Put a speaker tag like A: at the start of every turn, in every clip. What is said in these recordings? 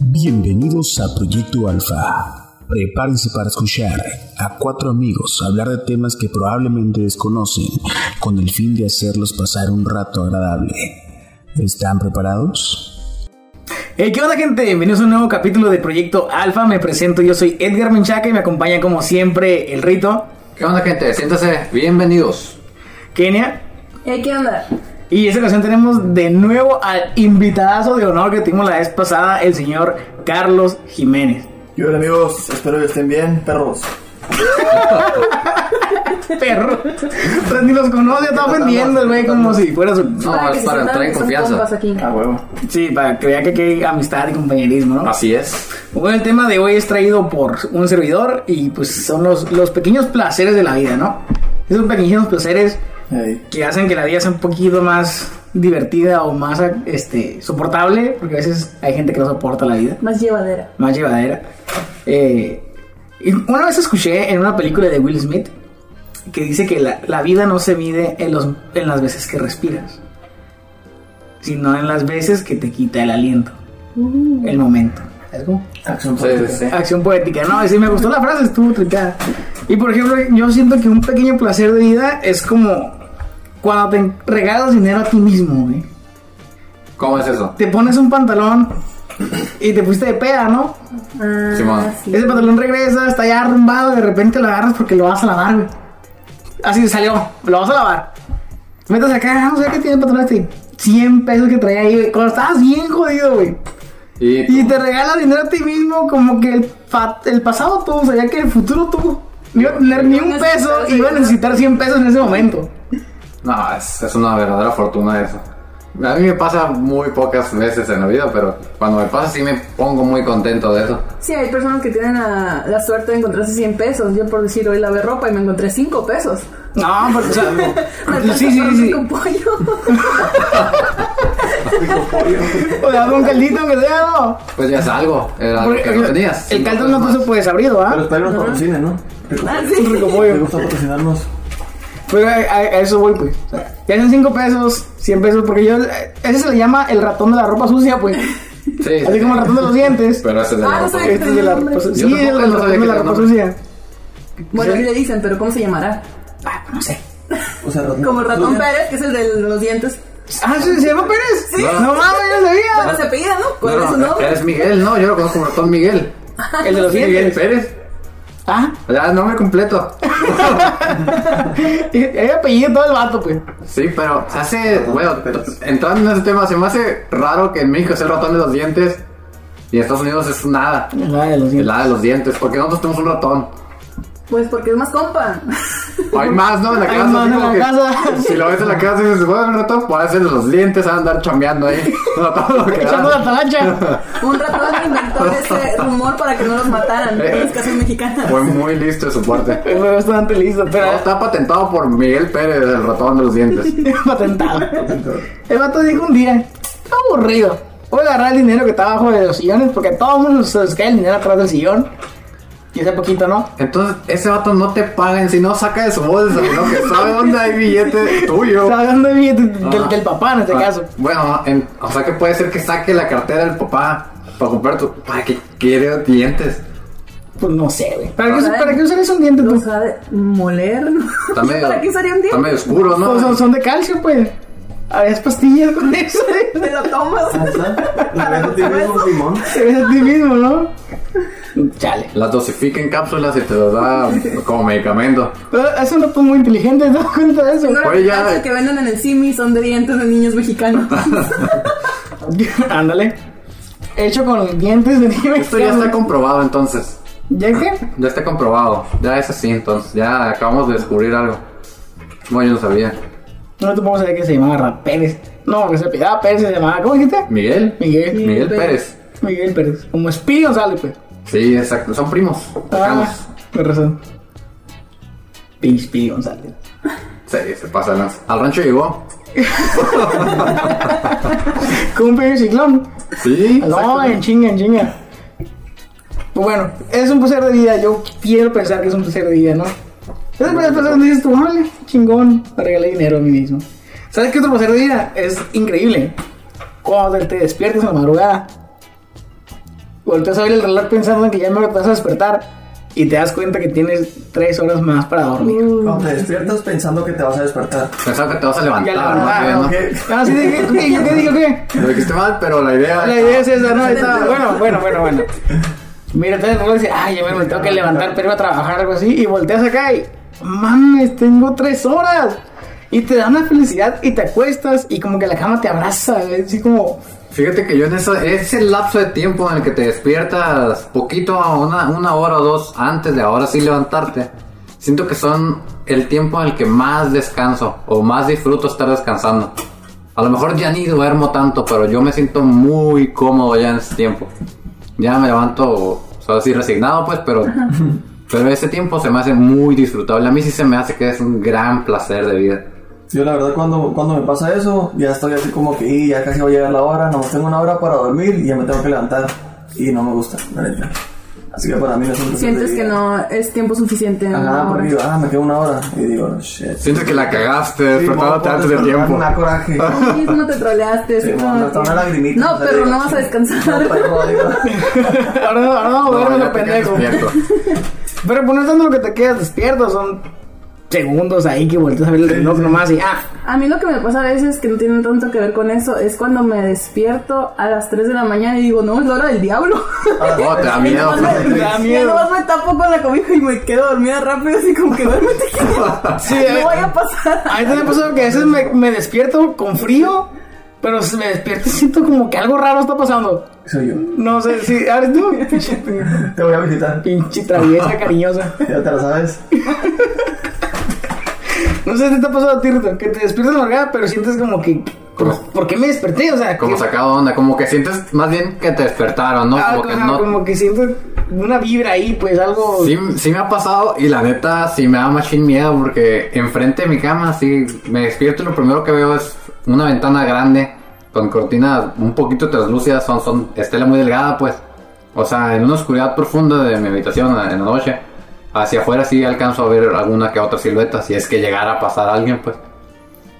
A: Bienvenidos a Proyecto Alfa. Prepárense para escuchar a cuatro amigos hablar de temas que probablemente desconocen con el fin de hacerlos pasar un rato agradable. ¿Están preparados?
B: Hey, ¿qué onda gente? Bienvenidos a un nuevo capítulo de Proyecto Alfa. Me presento, yo soy Edgar Menchaca y me acompaña como siempre el Rito,
C: ¿Qué onda, gente? Siéntase, bienvenidos.
B: Kenia.
D: ¿Y Eh, qué onda?
B: Y esta ocasión tenemos de nuevo al invitadazo de honor que tuvimos la vez pasada, el señor Carlos Jiménez.
E: Yo hola amigos, espero que estén bien, perros.
B: Perro. Pues ni los conoce, está ofendiendo el güey como si fuera su...
C: No,
D: que
C: es
D: se
C: para
D: sientan
C: entrar en
D: que son
C: confianza.
D: compas aquí.
E: A huevo.
B: Sí, para que vea que aquí hay amistad y compañerismo, ¿no?
C: Así es.
B: Bueno, el tema de hoy es traído por un servidor y pues son los, los pequeños placeres de la vida, ¿no? Esos pequeños placeres
E: Ey.
B: que hacen que la vida sea un poquito más divertida o más este, soportable, porque a veces hay gente que no soporta la vida,
D: Más llevadera.
B: más llevadera. Eh, y una vez escuché en una película de Will Smith que dice que la, la vida no se mide en, los, en las veces que respiras, sino en las veces que te quita el aliento, el momento. ¿Sabes cómo?
E: Acción
C: Sí, sí,
E: política.
C: sí.
B: Acción poética. No, sí me gustó la frase, estuvo trucada. Y por ejemplo, yo siento que un pequeño placer de vida es como cuando te regalas dinero a ti mismo, güey.
C: ¿Cómo es eso?
B: Te pones un pantalón y te pusiste de peda, ¿no?
D: Ah,
C: Simón.
D: sí.
B: Ese pantalón regresa, está ya arrumbado, de repente lo agarras porque lo vas a lavar, güey. Así salió, lo vas a lavar. Metes acá, no sé qué tiene el pantalón este. 100 pesos que traía ahí, güey. Cuando estabas bien jodido, güey.
C: Y,
B: Y te regala dinero a ti mismo, como que el, fa- el pasado tú sabía que el futuro tú no iba a tener ni un peso y iba a necesitar 100 pesos en ese momento.
C: No, es, es una verdadera fortuna eso. A mí me pasa muy pocas veces en la vida, pero cuando me pasa sí me pongo muy contento de eso.
D: Sí, hay personas que tienen la, la suerte de encontrarse 100 pesos. Yo, por decir, hoy lavé ropa y me encontré 5 pesos.
B: No, pero, o sea,
D: Me
B: no.
D: alcanza
B: sí, sí,
D: para
B: sí, sí.
D: un pollo.
B: O sea, un caldito que sea, ¿no?
C: Pues ya es algo, era algo que no tenías.
B: el caldo no
C: Entonces,
B: puso pues abrido,
E: Pero
B: ¿ah?
E: espero que nos patrocinen, ¿no?
D: Ah,
B: Un
D: sí.
B: rico
E: Me
B: pollo.
E: gusta patrocinarnos.
B: Pero a, a- a eso voy, pues. O sea, ya son 5 pesos, 100 pesos, porque yo. Ese se le llama el ratón de la ropa sucia, pues.
C: Sí,
B: Así como el ratón de los dientes.
C: pero ese es de
D: Ah,
C: la
D: no
C: ropa.
D: sé.
B: Este es de la ropa sucia.
C: Yo
B: Sí, el
C: tampoco sabía
B: ratón de
C: que
B: la
C: era
B: ropa
C: nombre.
B: sucia.
D: Bueno, así le dicen, pero ¿cómo se llamará?
B: Ah, no sé.
E: O sea, ratón.
D: Como el ratón
E: Oye,
D: Pérez, que es el de los dientes.
B: Ah, ¿se, se llama Pérez?
D: Sí.
B: No mames, yo no sabía.
D: Bueno, se apellida, ¿no? ¿Cuál es su
C: No,
D: nombre?
C: es Miguel, no, yo lo conozco como Ratón Miguel.
B: El de los
C: Miguel
B: dientes.
C: Pérez.
B: Ah,
C: Ya, nombre completo.
B: y- y hay apellido todo el vato, pues.
C: Sí, pero se hace, bueno, entrando en ese tema, se me hace raro que en México sea el ratón de los dientes y en Estados Unidos es nada,
B: La de los
C: el
B: dientes.
C: hada de los dientes, porque nosotros tenemos un ratón.
D: Pues porque es más compa.
C: O hay más, ¿no? En la
B: Hay
C: casa.
B: más
C: así
B: en
C: como
B: la
C: que
B: casa.
C: Si lo ves en la casa y dices, bueno, el ratón, puede ser de los dientes, a andar chambeando ahí. Todo lo que
B: Echando
C: da.
B: la talacha.
D: Un ratón inventó ese rumor para que no los mataran en
C: Eh.
D: las casas mexicanas.
C: Fue muy listo de su parte.
B: Fue bastante listo,
C: Todo
B: pero
C: está patentado por Miguel Pérez, el ratón de los dientes.
B: patentado. El vato dijo un día, está aburrido. Voy a agarrar el dinero que está abajo de los sillones, porque a todos nos- se nos cae el dinero atrás del sillón. Y ese poquito, ¿no?
C: Entonces, ese vato no te pagan, si no saca de su bolsa, sino que sabe dónde hay billete tuyo.
B: Está dando el billete del,
C: Ah.
B: del papá en este
C: Ah,
B: caso.
C: Bueno, en- o sea que puede ser que saque la cartera del papá para comprar tu. ¿Para que quiere dientes?
B: Pues no sé, güey. ¿Para, qué
D: Ay.
B: us- ¿Para qué usarías un diente
D: O
B: tú?
D: sea, de moler.
C: Está medio,
D: ¿Para qué usaría un
C: Está
D: diente?
C: medio oscuro, ¿no?
B: Pues son, son de calcio, pues. Habías pastillas con eso.
D: Te lo tomas.
E: ¿cómo está? La verdad tiene un limón.
B: Se ves a ti mismo, ¿no? Chale.
C: Las dosifica en cápsulas y te las da como medicamento.
B: Pero es un rato muy inteligente, ¿te das cuenta de eso?
D: No,
C: Oye,
D: los
C: ya.
D: nachos que venden en el Simi son de dientes de niños mexicanos.
B: Ándale. Hecho con dientes de niño
C: Esto ya
B: mexicano.
C: está comprobado entonces.
B: ¿Ya qué?
C: Ya está comprobado. Ya es así entonces. Ya acabamos de descubrir algo. Bueno, yo no sabía.
B: No te puedo saber que se llamaba Ra- Pérez. No, que se pegaba Pérez, se llamaba. ¿Cómo dijiste?
C: ¿Miguel?
B: Miguel.
C: Miguel
D: Pérez.
C: Pérez.
B: Miguel Pérez. Como Espíritu sale, pues.
C: Sí, exacto. Son primos.
B: Ah,
C: Cercanos.
B: con razón. Pinche Espíritu González.
C: Sí, se pasan. las- Al rancho llegó.
B: Como un pequeño ciclón.
C: Sí.
B: No, en chinga, en chinga. Pues bueno, es un placer de vida. Yo quiero pensar que es un placer de vida, ¿no? Es un placer de vida donde dices tú, vale, chingón, me regalé dinero a mí mismo. ¿Sabes qué otro placer de vida? Es increíble. Cuando te despiertas en la madrugada volteas a ver el reloj pensando en que ya me vas a despertar y te das cuenta que tienes tres horas más para dormir.
E: Cuando te despiertas pensando que te vas a despertar.
C: Pensaba que te vas a levantar.
B: Ya la
C: más bien,
B: verdad,
C: ¿no?
E: bien,
B: Mm. Ah, ¿no? Así de que, ¿qué? ¿Yo qué dije? ¿Qué?
C: Lo dijiste mal, pero la idea.
B: La idea es esa, ¿no? Está- bueno, bueno, bueno, bueno. Mira, entonces luego dice, ay, ya me tengo que levantar pero a trabajar, algo así, y volteas acá y, mames, tengo tres horas. Y te da una felicidad y te acuestas y como que la cama te abraza, ¿ves? así como,
C: Fíjate que yo en esa- ese lapso de tiempo en el que te despiertas poquito, una, una hora o dos antes de ahora sí levantarte, siento que son el tiempo en el que más descanso o más disfruto estar descansando. A lo mejor ya ni duermo tanto, pero yo me siento muy cómodo ya en ese tiempo. Ya me levanto, o sea, así resignado pues, pero, pero ese tiempo se me hace muy disfrutable. A mí sí se me hace que es un gran placer de vida.
E: Yo la verdad cuando, cuando me pasa eso, ya estoy así como que "Y, ya casi va a llegar la hora, no tengo una hora para dormir y ya me tengo que levantar. Y no me gusta, la neta. Así que para mí no es un placer
D: Sientes
E: de
D: que
E: vida.
D: no es tiempo suficiente.
E: Ajá,
D: ¿no?
E: porque digo, ah, me queda una hora. Y digo, shit.
C: Siento que la cagaste
E: Sí,
C: despertándote
E: modo,
C: antes del tiempo.
E: Me da coraje.
D: Tú mismo te troleaste. así
E: Sí,
D: como
E: bueno, hasta
D: que-
E: una lagrimita,
D: No,
E: o sea,
D: pero
E: digo,
D: no vas a
E: No,
D: descansar.
E: perro, digo.
B: ahora, ahora no,
C: No,
B: duerme
C: ya
B: lo
C: te quedas
B: pendejo.
C: despierto.
B: Pero pues no es tanto lo que te quedas despierto, son segundos ahí que volteas a ver el reloj nomás y, ah,
D: A mí lo que me pasa a veces que no tiene tanto que ver con eso es cuando me despierto a las 3 de la mañana y digo, no, es la hora del diablo.
C: Oh, te da
D: Y
C: miedo.
D: nomás me-
B: Te da
D: y
B: miedo.
D: nomás me tapo con la cobija y me quedo dormida rápido, así como que duérmete.
B: Sí,
D: que
B: eh.
D: no vaya a pasar.
B: A mí también me pasó que a veces me, me despierto con frío, pero si me despierto y siento como que algo raro está pasando.
E: Soy yo.
B: No sé si. ¿Eres tú? Pinche-
E: Te voy a visitar.
B: Pinche traviesa cariñosa.
E: Ya te la sabes.
B: No sé si te ha pasado a ti, Rito, que te despiertas largada, pero sientes como que. como, ¿Por qué me desperté? O sea,
C: Como
B: que,
C: sacado de onda, como que sientes más bien que te despertaron, ¿no?
B: ah,
C: Como
B: como,
C: que no.
B: como que siento una vibra ahí, pues algo.
C: Sí, sí me ha pasado y la neta sí me da machín miedo porque enfrente de mi cama sí me despierto y lo primero que veo es una ventana grande con cortinas un poquito translúcidas, son, son estela muy delgada pues. O sea, en una oscuridad profunda de mi habitación en la noche, hacia afuera sí alcanzo a ver alguna que otra silueta si es que llegara a pasar alguien pues.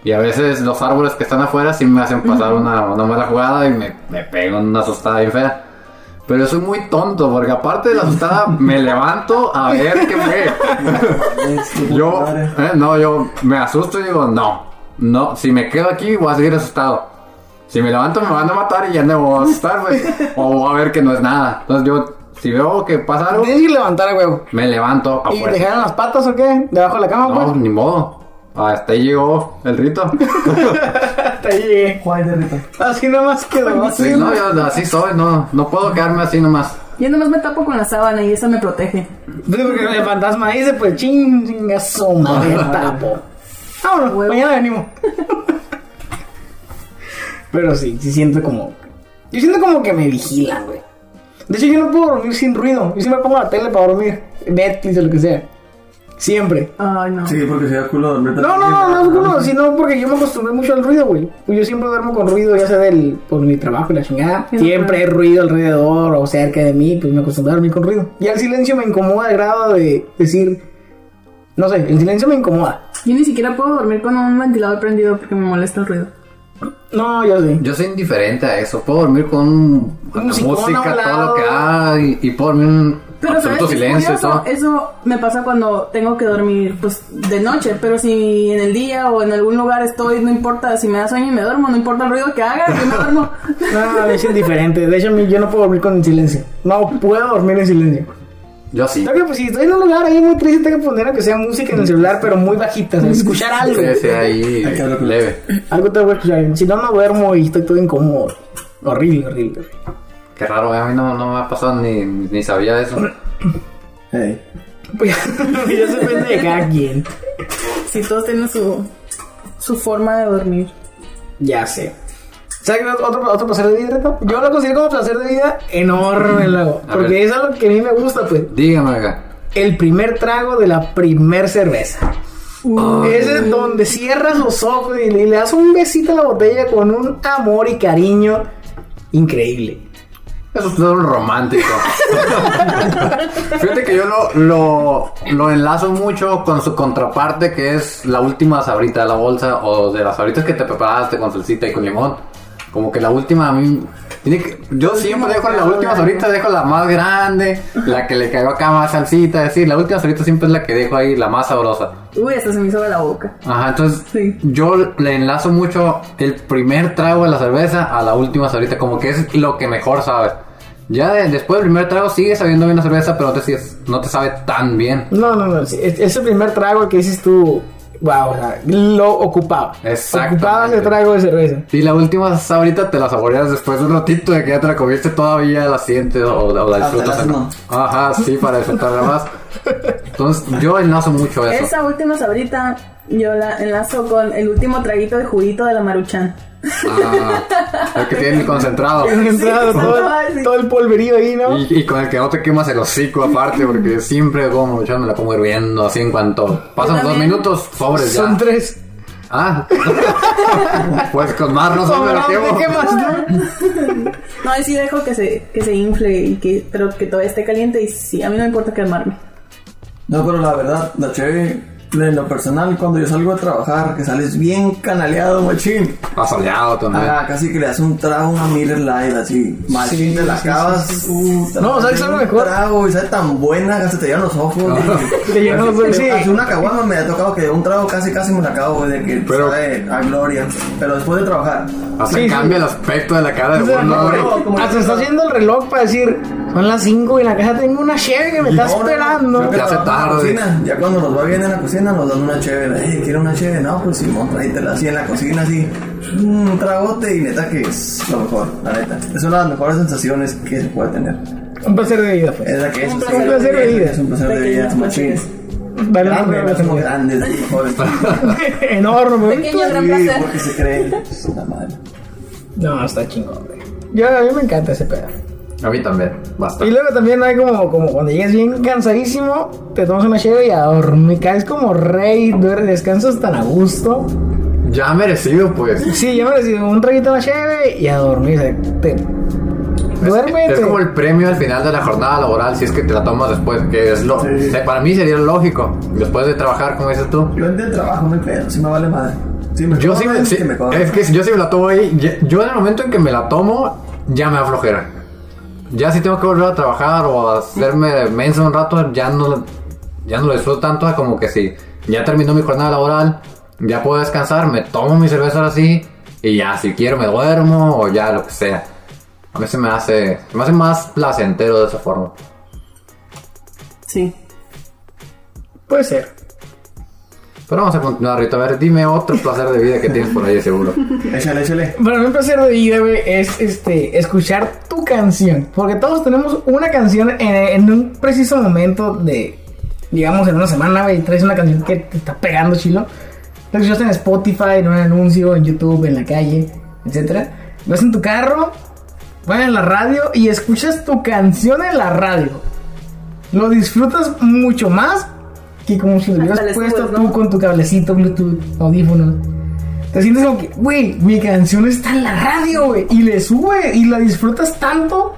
C: Y a veces los árboles que están afuera sí me hacen pasar una, una mala jugada y me, me pegan una asustada bien fea. Pero soy muy tonto porque aparte de la asustada me levanto a ver qué fue.
E: Es tu puta
C: Yo,
E: madre.
C: eh, no, yo me asusto y digo, no, no, si me quedo aquí voy a seguir asustado. Si me levanto me van a matar y ya no me voy a asustar, pues, o voy a ver que no es nada. Entonces yo, si veo que pasa algo,
B: Tienes que levantar, güey.
C: me levanto a
B: ¿Y
C: fuerza.
B: dejaron las patas o qué? Debajo de la cama,
C: Ah, pues. No,
B: pues.
C: ni modo. Hasta ahí llegó el rito.
B: Hasta ahí llegué.
E: ¿Cuál de Rita?
B: Así nomás quedó.
C: Sí, no, yo así soy, no, no puedo quedarme así nomás.
D: Yo nomás me tapo con la sábana y esa me protege.
B: Sí, porque el fantasma dice, pues ching, chinga su madre, tapo. Vámonos,
D: Huevo.
B: mañana venimos. Pero sí, sí siento como. Yo siento como que me vigilan, güey. De hecho, yo no puedo dormir sin ruido. Yo siempre pongo la tele para dormir. Netflix o lo que sea. Siempre.
D: Ay, no.
E: Sí, porque sería culo dormir.
B: No, no, no, no es culo, sino porque yo me acostumbré mucho al ruido, güey. Pues Yo siempre duermo con ruido, ya sea del, por mi trabajo y la chingada.
D: Sí, no,
B: Siempre hay ruido alrededor o cerca de mí, pues me acostumbré a dormir con ruido. Y el silencio me incomoda al grado de decir, no sé, el silencio me incomoda.
D: Yo ni siquiera puedo dormir con un ventilador prendido porque me molesta el ruido.
B: No, yo sé.
C: Yo soy indiferente a eso. Puedo dormir con un-
B: Un
C: la
B: musicón
C: música,
B: al
C: todo lo que
B: lado.
C: hay, y puedo dormir en
D: Pero ¿sabes
C: absoluto
D: qué es
C: silencio. y
D: curioso?
C: todo.
D: Eso me pasa cuando tengo que dormir pues de noche, pero si en el día o en algún lugar estoy, no importa si me da sueño y me duermo, no importa el ruido que haga, yo me duermo.
B: No, es indiferente. De hecho, a mí- yo no puedo dormir con el silencio. No puedo dormir en silencio.
C: Yo sí.
B: Yo creo que pues, si estoy en un lugar ahí muy triste, tengo que poner aunque sea música en el celular, pero muy bajita, o sea, escuchar algo.
C: Sí, sí, ahí
E: Hay que hablar con
C: leve.
B: Algo tengo que escuchar. Si no, no duermo y estoy todo incómodo. Horrible, horrible. horrible.
C: Qué raro, a mí no, no me ha pasado ni, ni sabía eso.
E: Hey.
B: Pues ya se depende de cada quien.
D: Si todos tienen su, su forma de dormir.
B: Ya sé. ¿Sabes qué es otro, otro placer de vida, Reto? Yo lo considero como placer de vida enorme, luego.
C: A
B: Porque
C: ver.
B: es algo que a mí me gusta, pues.
C: Dígame acá.
B: El primer trago de la primer cerveza. Ese es donde cierras los ojos y le, y le das un besito a la botella con un amor y cariño increíble.
C: Eso es todo romántico. Fíjate que yo lo, lo, lo enlazo mucho con su contraparte que es la última sabrita de la bolsa o de las sabritas que te preparaste con salsita y con limón. Como que la última a mí Tiene que- yo siempre dejo la última ahorita, dejo la más grande, la que le cayó acá más salsita, es decir, la última ahorita siempre es la que dejo ahí, la más sabrosa.
D: Uy, esta se me hizo de la boca.
C: Ajá, entonces
D: Sí.
C: yo le enlazo mucho el primer trago de la cerveza a la última ahorita, como que es lo que mejor sabes. Ya de- después del primer trago sigue sabiendo bien la cerveza, pero no te, sigues- no te sabe tan bien.
B: No, no, no. sí, es- Ese primer trago que dices tú, wow, o sea, lo ocupaba.
C: Exactamente.
B: Ocupaba ese trago de cerveza.
C: Y la última ahorita te la saboreas después de un ratito de que ya te la comiste todavía la sientes o, o la
E: Hasta
C: disfrutas.
E: las no.
C: Ajá, sí, para disfrutarla más. Entonces yo enlazo mucho eso.
D: Esa última sabrita yo la enlazo con el último traguito de juguito de la maruchan.
C: Ah, el que tiene el concentrado.
B: Entrado todo,
D: sí.
B: todo el polverío ahí, ¿no?
C: Y, y con el que no te quemas el hocico aparte, porque siempre como yo me la como hirviendo así en cuanto pasan los dos
D: también.
C: minutos, sobres Pues ya.
B: Son tres.
C: Ah, pues con más razón me la
B: Sobrante,
C: quemo.
B: ¿qué más? no?
D: No, ahí sí dejo que se, que se infle y que, pero que todavía esté caliente y sí, a mí no me importa quemarme.
E: No, pero la verdad, la Chevy, en lo personal, cuando yo salgo a trabajar, que sales bien canaleado, machín.
C: Pasoleado también.
E: Ah, casi que le das un trago a una Miller Light, así. Machín,
B: Sí,
E: te la
B: sí,
E: acabas.
B: sí, sí.
E: puta,
B: No, ¿sabes
E: un
B: algo mejor?
E: trago y sabe tan buena, que hasta te llegan los ojos.
B: Te llenan los ojos, sí.
E: Hace una caguama me ha tocado que de un trago casi casi me la acabo, güey, de que
C: Pero-
E: sabe a gloria. Pero después de trabajar,
C: Hasta
B: Sí, sí.
C: cambia el aspecto de la cara de
B: O sea,
C: uno.
B: no,
C: güey.
E: no, como-
B: Hasta está haciendo el reloj para decir, son las cinco y en la casa tengo una cheve que me está
E: No, no,
B: esperando.
E: creo que
C: Ya hace
E: trabajamos
C: tarde.
E: en la cocina. Ya cuando nos va bien en la cocina, nos dan una chévere. Eh, quiero una chévere. No, pues Simón, tráetela así en la cocina, así. Un tragote y neta que es lo mejor, la neta. Es una de las mejores sensaciones que se puede tener.
B: Un placer de vida, pues.
E: Es la que es.
D: Un
E: así.
D: placer
B: de vida.
E: Es un placer de vida,
D: Pequeños
E: es machín.
D: placeres.
B: Dale una
E: Grande, no
B: abrazo,
E: somos
B: güey.
E: grandes, los mejores.
B: Enorme. güey.
D: Pequeño gran
E: Sí,
D: placer.
E: porque se cree. Es una madre.
B: No, está chingón, güey. Yo, a mí me encanta ese pedo.
C: A mí también, basta.
B: Y luego también hay como, como cuando llegas bien cansadísimo, te tomas una cheve y a dormir. Caes como rey, duer- descansas tan a gusto.
C: Ya merecido, pues.
B: Sí, yo me decido un traguito de la cheve y a dormir. o sea, Te... Duerme.
C: Es
B: te-
C: como el premio al final de la jornada laboral, si es que te la tomas después, que es lo...
E: Sí.
C: se- Para mí sería lógico, después de trabajar, como dices tú.
E: Yo en el trabajo me pedo, si me vale madre. Si me
C: Yo sí,
E: cobran,
C: me, sí,
E: que me cobran.
C: es que yo sí me la tomo ahí. ya- Yo en el momento en que me la tomo, ya me da flojera. Ya si tengo que volver a trabajar o a hacerme mensa un rato, ya no, ya no lo disfruto tanto como que si ya terminó mi jornada laboral, ya puedo descansar, me tomo mi cerveza ahora sí y ya si quiero me duermo o ya lo que sea. A mí se me hace, se me hace más placentero de esa forma.
D: Sí.
B: Puede ser.
C: Pero vamos a continuar, Rito. A ver, dime otro placer de vida que tienes por ahí, seguro.
E: Échale, échale.
B: Para mí un placer de vida, güey, es este, escuchar tu canción. Porque todos tenemos una canción en, en un preciso momento de, digamos, en una semana, güey, traes una canción que te está pegando chilo. La escuchaste en Spotify, en un anuncio, en YouTube, en la calle, etc. Vas en tu carro, vas en la radio y escuchas tu canción en la radio. Lo disfrutas mucho más que como si lo hubieras
D: Hasta le subes,
B: puesto
D: ¿no?
B: tú con tu cablecito, Bluetooth, audífonos. Te sientes como que, güey, mi canción está en la radio, güey. Y le sube y la disfrutas tanto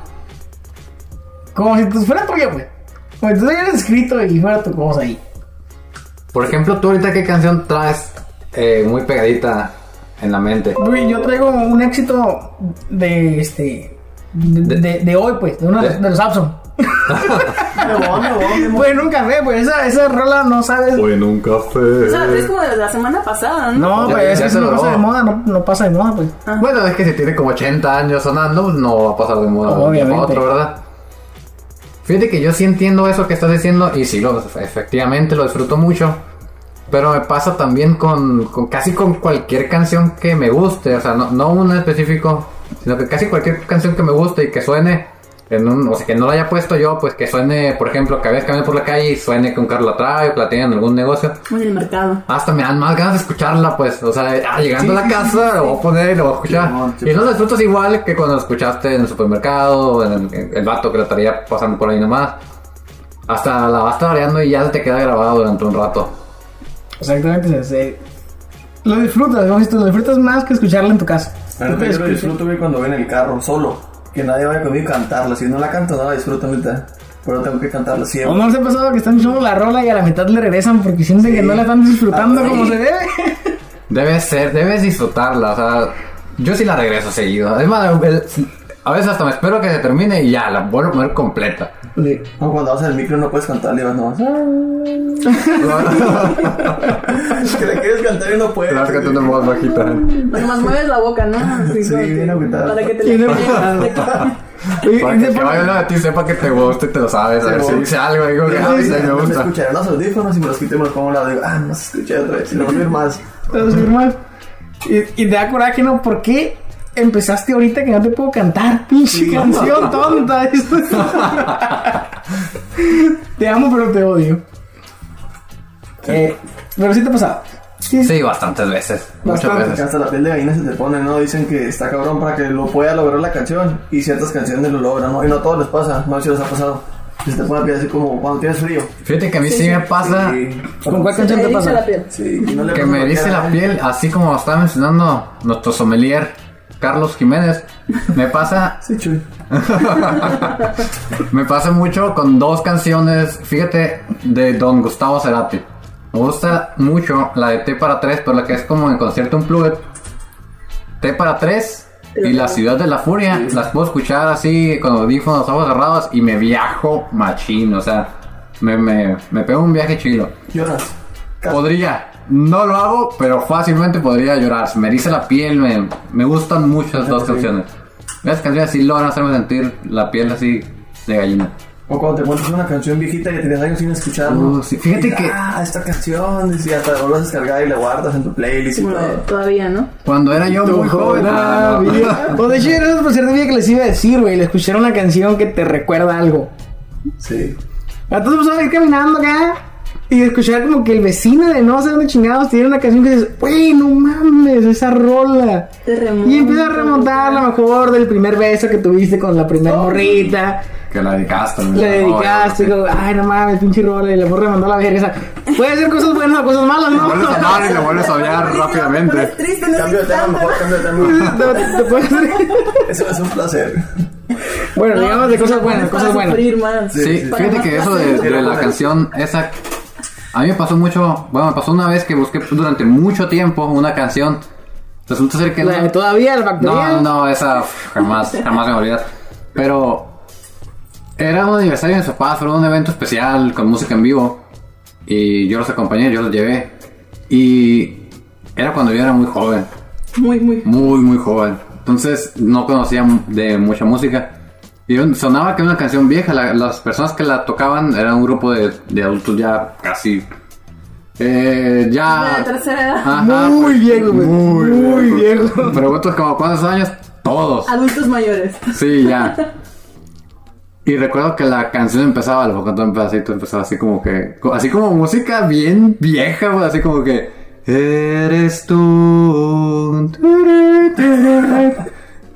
B: como si tú- fuera tuya, güey. Como si tú hubieras escrito y fuera tu cosa ahí.
C: Por ejemplo, tú ahorita qué canción traes eh, muy pegadita en la mente.
B: Güey, yo traigo un éxito de este. De, de- de hoy, pues, de uno de,
C: ¿De?
B: de los Samsung.
E: Me voy, me voy, me voy.
B: Pues nunca ve, pues, esa, esa rola no sabes.
C: en un
D: O sea, es
C: café.
D: como de la semana pasada, ¿no?
B: No,
C: Ya-
B: pues, es
C: ya
B: que
C: se
B: eso no
C: logró.
B: pasa de moda, no, no pasa de moda, pues.
C: Bueno, es que si tiene como 80 años sonando, no va a pasar de moda
B: Obviamente.
C: a otro, ¿verdad? Fíjate que yo sí entiendo eso que estás diciendo y sí, lo, efectivamente lo disfruto mucho. Pero me pasa también con, con casi con cualquier canción que me guste, o sea, no, no una en específico, sino que casi cualquier canción que me guste y que suene, en un, o sea, que no la haya puesto yo, pues que suene, por ejemplo, que a veces camino por la calle y suene con Carla Trae o que la tengan en algún negocio,
D: En el mercado.
C: hasta me dan más ganas de escucharla, pues. O sea, ah, llegando a la casa, lo voy a poner y lo voy a escuchar.
E: Simón,
C: y no lo disfrutas igual que cuando lo escuchaste en el supermercado, o en el, en el vato que lo estaría pasando por ahí nomás. Hasta la vas tarareando y ya se te queda grabado durante un rato.
B: Exactamente, se- lo disfrutas, como si tú lo disfrutas más que escucharla en tu casa.
E: Pero
B: Pues,
E: yo lo disfruto, güey, cuando voy en el carro, solo. Que nadie vaya conmigo a cantarla. Si no la canto, no la disfruto ahorita. Pero tengo que cantarla
B: ¿O
E: siempre.
B: no les ha pasado que están escuchando la rola y a la mitad le regresan porque sienten que no la están disfrutando como se debe?
C: Debes ser, debes disfrutarla, o sea, yo sí la regreso seguido. Además, a veces hasta me espero que se termine y ya, la vuelvo a poner completa.
E: Sí. O cuando vas al micro no puedes cantar, le vas nomás. que le quieres cantar y no puedes.
C: Estás cantando en voz bajita.
D: Nomás mueves la boca, ¿no? Así,
E: Sí,
D: como que-
E: bien aguitada.
D: Para que te
B: Y
D: le
B: no- Oye,
C: Para
B: y
C: que
B: se
C: el que
B: pone-
C: vaya a de ti sepa que te gusta y te lo sabes. A ver si dice algo. Digo que, ay,
E: Sí,
C: me
E: no me
C: gusta.
E: escucharán los audífonos y me los quito y me los pongo a un lado. Digo, ah, no se escucha otra vez. Y lo voy a oír más.
B: Todos firmas. Y, y te da coraje, ¿no? ¿Por qué empezaste ahorita que no te puedo cantar? Pinche canción tonta. Esto es- te amo, pero te odio. Eh, pero sí te ha pasado. Sí,
C: Sí, bastantes veces. Muchas
B: Bastante.
E: Que
C: veces.
E: hasta la piel de gallina se te pone, ¿no? Dicen que está cabrón para que lo pueda lograr la canción. Y ciertas canciones lo logran, ¿no? Y no a todos les pasa. No sé si les ha pasado. Se te pone la piel así como cuando tienes frío.
C: Fíjate que a mí sí, me pasa
E: Y-
B: ¿Con cuál canción te
D: eriza
B: pasa?
D: la piel.
E: Sí, y no le
C: Ah. que
E: pasa
C: me
E: cualquiera,
C: dice la
E: ¿eh?
C: piel, así como estaba mencionando nuestro sommelier, Carlos Jiménez. Me pasa
E: Sí, chuy.
C: Me pasa mucho con dos canciones, fíjate, de Don Gustavo Cerati. Me gusta mucho la de T para 3, pero la que es como en concierto Unplugged. T para 3 y La Ciudad de la Furia. Las puedo escuchar así con los audífonos, los ojos cerrados y me viajo machín. O sea, me, me, me pego un viaje chilo.
E: Lloras.
C: Podría, no lo hago, pero fácilmente podría llorar. Se Me eriza la piel, me, me gustan mucho las dos canciones. Las canciones sí logran hacerme sentir la piel así de gallina.
E: O cuando te encuentras una canción viejita que tenías años sin escuchar. ¿no?
C: Uh, sí. Fíjate
E: Y,
C: que-
E: Ah, esta canción. Y sí, hasta la vuelves a descargar y la guardas en tu playlist y
D: Bueno,
E: todo.
D: todavía, ¿no?
C: Cuando era yo muy joven. ah, no.
B: O de hecho, era una tercera día que les iba a decir, güey. Le escucharon una canción que te recuerda algo.
E: Sí.
B: Entonces vamos a ir caminando acá y escuchar como que el vecino de no sé dónde chingados tiene una canción que dices, güey, no mames, esa rola.
D: Te remonta.
B: Y empieza a remontar a lo mejor del primer beso que tuviste con la primera morrita.
C: Que la dedicaste. ¿no?
B: Le dedicaste, y
C: Obvio,
B: como, ay, no mames, pinche rola. Y la morra mandó a la verga. O sea, puede ser cosas buenas o cosas malas,
C: Te vuelves a
B: ¿no?
C: amar y la vuelves a odiar
D: Te pones
C: rápidamente.
D: triste, no
E: Cambio de
D: sé
E: tema,
D: tanto.
E: mejor cambio de tema.
B: Te- te puede ser-
E: Eso es un placer.
B: Bueno, digamos de
D: No,
B: cosas
D: te
B: buenas,
D: pones
B: cosas
D: para
B: buenas.
D: sufrir más.
C: Sí,
E: sí.
C: fíjate que eso de, de la canción esa. A mí me pasó mucho. Bueno, me pasó una vez que busqué durante mucho tiempo una canción. Resulta ser que
B: La de
C: no.
B: todavía, la factoría.
C: No, no, esa pf, jamás, jamás me olvidas. Pero era un aniversario de mis papás, fue un evento especial con música en vivo. Y yo los acompañé, yo los llevé. Y era cuando yo era muy joven.
D: Muy, muy.
C: muy, muy joven. Entonces no conocía m- de mucha música. Y un- sonaba que era una canción vieja. la- las personas que la tocaban eran un grupo de, de adultos ya casi. eh, ya.
D: De la tercera edad.
C: Ajá,
B: Muy
C: pues,
B: viejo, güey.
C: Muy,
B: Muy viejo.
C: Preguntas como cuántos años. Todos.
D: Adultos mayores.
C: Sí, ya. Y recuerdo que la canción empezaba, a lo mejor un pedacito, empezaba así como que, co- así como música bien vieja, güey, así como que, eres tú, tere, tere,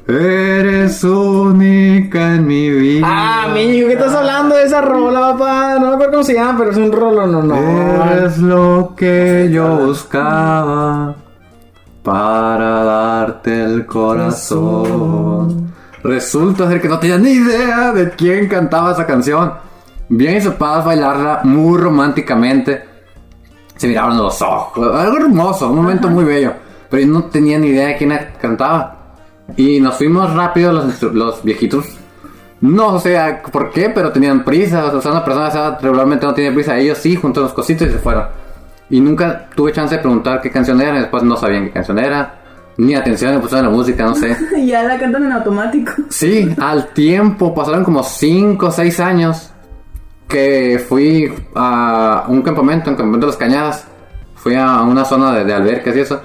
C: eres única en mi vida.
B: Ah, amigo, ¿qué estás hablando de esa rola, papá? No me acuerdo cómo se llama, pero es un rolo, no, no.
C: Eres lo que yo buscaba para darte el corazón. Resulta ser que no tenía ni idea de quién cantaba esa canción. Bien y papás bailarla muy románticamente. Se miraban los ojos. Algo hermoso, un momento muy bello. Pero yo no tenía ni idea de quién la cantaba. Y nos fuimos rápido los, instru- los viejitos. No sé a- por qué, pero tenían prisa. O sea, una persona esa regularmente no tiene prisa. Ellos sí, juntaron los cositos y se fueron. Y nunca tuve chance de preguntar qué canción era. Y después no sabían qué canción era. Ni atención le pusieron a la música, no sé.
D: Y ya la cantan en automático.
C: Sí, al tiempo pasaron como 5 o 6 años que fui a un campamento, en Campamento de las Cañadas. Fui a una zona de, de albercas y eso.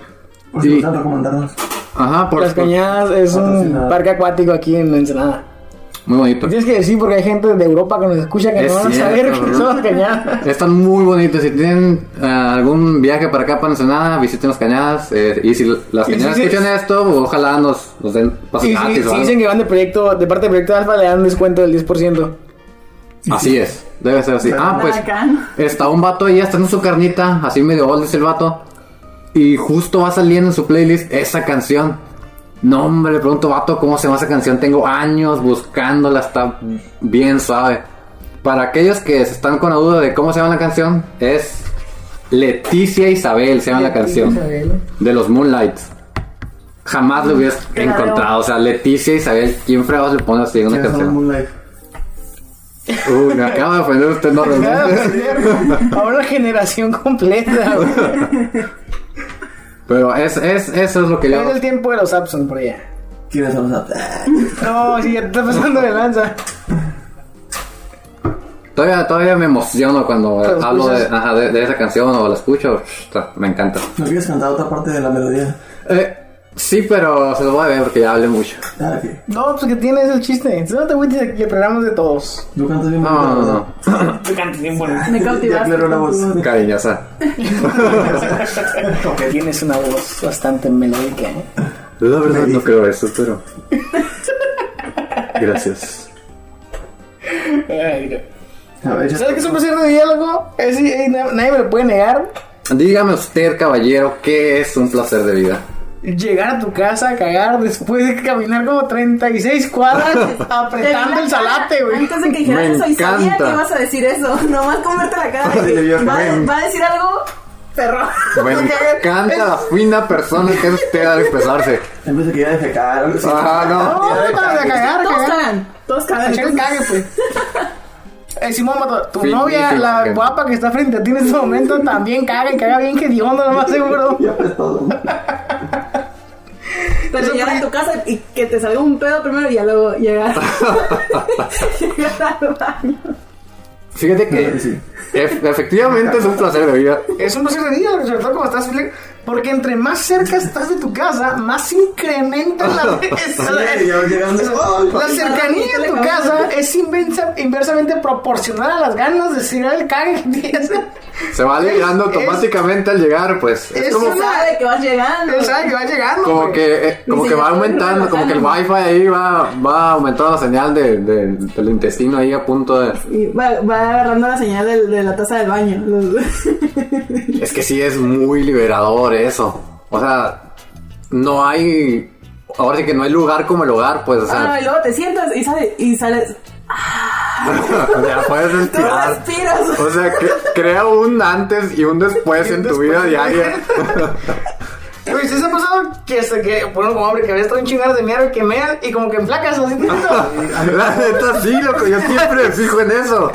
E: Por
C: Y-
E: si gustan recomendarnos.
C: ajá, por
B: Las Cañadas es un parque acuático aquí en Ensenada.
C: Muy bonito.
B: Tienes que decir porque hay gente de Europa que nos escucha que
C: Es
B: no van a
C: cierto,
B: saber qué
C: bro.
B: son las Cañadas.
C: Están muy bonitos. Si tienen eh, algún viaje para acá, para Ensenada, visiten las cañadas. eh, y si l- las
B: Y si
C: cañadas
B: se-
C: escuchan esto, ojalá nos, nos den pases
B: Y si,
C: gratis o
B: si
C: algo.
B: dicen que van de proyecto, de parte de Proyecto Alfa, le dan descuento del 10%.
C: Así es, debe ser así. Ah, pues
D: Bacán.
C: está un vato ahí, está en su carnita, así medio old es el vato. Y justo va saliendo en su playlist esa canción. No, hombre, le pregunto, vato, ¿cómo se llama esa canción? Tengo años buscándola, está bien suave. Para aquellos que están con la duda de cómo se llama la canción, es Leticia Isabel, se llama Ah, la canción.
B: Isabel.
C: De los Moonlights. jamás lo hubieras
D: Claro.
C: encontrado. O sea, Leticia Isabel, ¿quién fregados le pone así una
E: Sí, son
C: canción?
E: Moonlight.
C: Uy, me acaba de ofender usted, no realmente.
B: Ah, pues Ahora generación completa, güey.
C: Pero es, es, eso es lo que yo.
B: Era el tiempo de los Abson por allá.
E: ¿Quiénes son los apps?
B: No, sí, ya te está pasando de lanza.
C: Todavía, todavía me emociono cuando
B: Cuando
C: hablo de,
B: escuchas.
C: ajá, de- de esa canción o la escucho. Está, Me encanta.
E: ¿No quieres cantar otra parte de la melodía?
C: Eh, sí, pero se lo voy a ver porque ya hablé mucho.
E: Ah, ok.
B: No, pues que tiene ese chiste. No te agüites que esperamos de todos.
E: Tú cantas bien bonito,
C: No, no,
E: ¿verdad?
C: no.
B: Tú cantas bien bonito.
D: Me
E: Ya
D: cautivaste.
E: aclaró la voz.
D: con tu-
C: Cariñosa.
B: Porque tienes una voz bastante melódica, ¿eh?
C: La verdad no creo eso, pero. Gracias.
B: Ay, no.
E: A ver, ya-
B: ¿Sabes qué es un placer de diálogo? Es- eh, na- nadie me lo puede negar.
C: Dígame usted, caballero, ¿qué es un placer de vida?
B: Llegar a tu casa a cagar después de caminar como 36 cuadras apretando el salate, güey.
D: Antes de que dijeras
C: Me
D: eso, y sabía que
C: encanta.
D: ibas a decir eso. Nomás comerte la cara. de
E: Sí,
D: que
E: yo-
D: va,
E: me-
D: va a decir algo, perro.
C: Me encanta la fina persona que es usted al expresarse.
E: En vez de que ya defecar o algo así.
C: Ah,
B: No,
C: no.
B: no, no, de cagar,
D: Todos
B: cagar.
D: cagan. Todos
B: A
D: cagan.
B: echar el
D: entonces-
B: cague, pues. Eh, Simón Mato, tu
C: Finísimo,
B: novia, la
C: gente.
B: guapa que está frente a ti en este momento, también caga y caga bien que Dios, más seguro.
E: Ya pues todo.
D: Pero llegar a tu casa y que te salga un pedo primero y ya luego llegar. llegar al baño.
C: Fíjate que
E: Sí.
C: ef- efectivamente es un placer de vida.
B: Es un placer de vida, sobre todo cuando estás fle- Porque entre más cerca estás de tu casa, más incrementa la, esa-
E: Sí, ya llegando.
B: la cercanía a tu casa es invensa- inversamente proporcional a las ganas de tirar el cague que tienes.
C: Se va liberando
B: Es-
C: automáticamente al llegar, pues. Es
B: es
C: como,
B: una-
D: Sabe que vas llegando.
B: Él sabe que va llegando.
C: como
B: güey.
C: que, eh, como
D: Ni
C: que va
D: siquiera
C: aumentando,
D: está
C: como que el
D: relajando.
C: wifi ahí va, va aumentando la señal de- de- del intestino ahí a punto de...
D: Y va, va agarrando la señal del- de, la taza del baño.
C: Es que sí es muy liberador eso. O sea, no hay... Ahora sí que no hay lugar como el hogar, pues, o
D: Ah,
C: sea,
D: y luego te sientas y sales. Y sales.
C: ya puedes
D: Tú
C: respirar.
D: respiras.
C: O sea, que- crea un antes y un después en tu vida diaria.
B: Güey, ¿sí se ha pasado que, se- que bueno, como hombre, que ves traen chingadas de mierda que mean y como que enflacas así tantito?
C: La neta sí, loco, yo siempre me fijo en eso.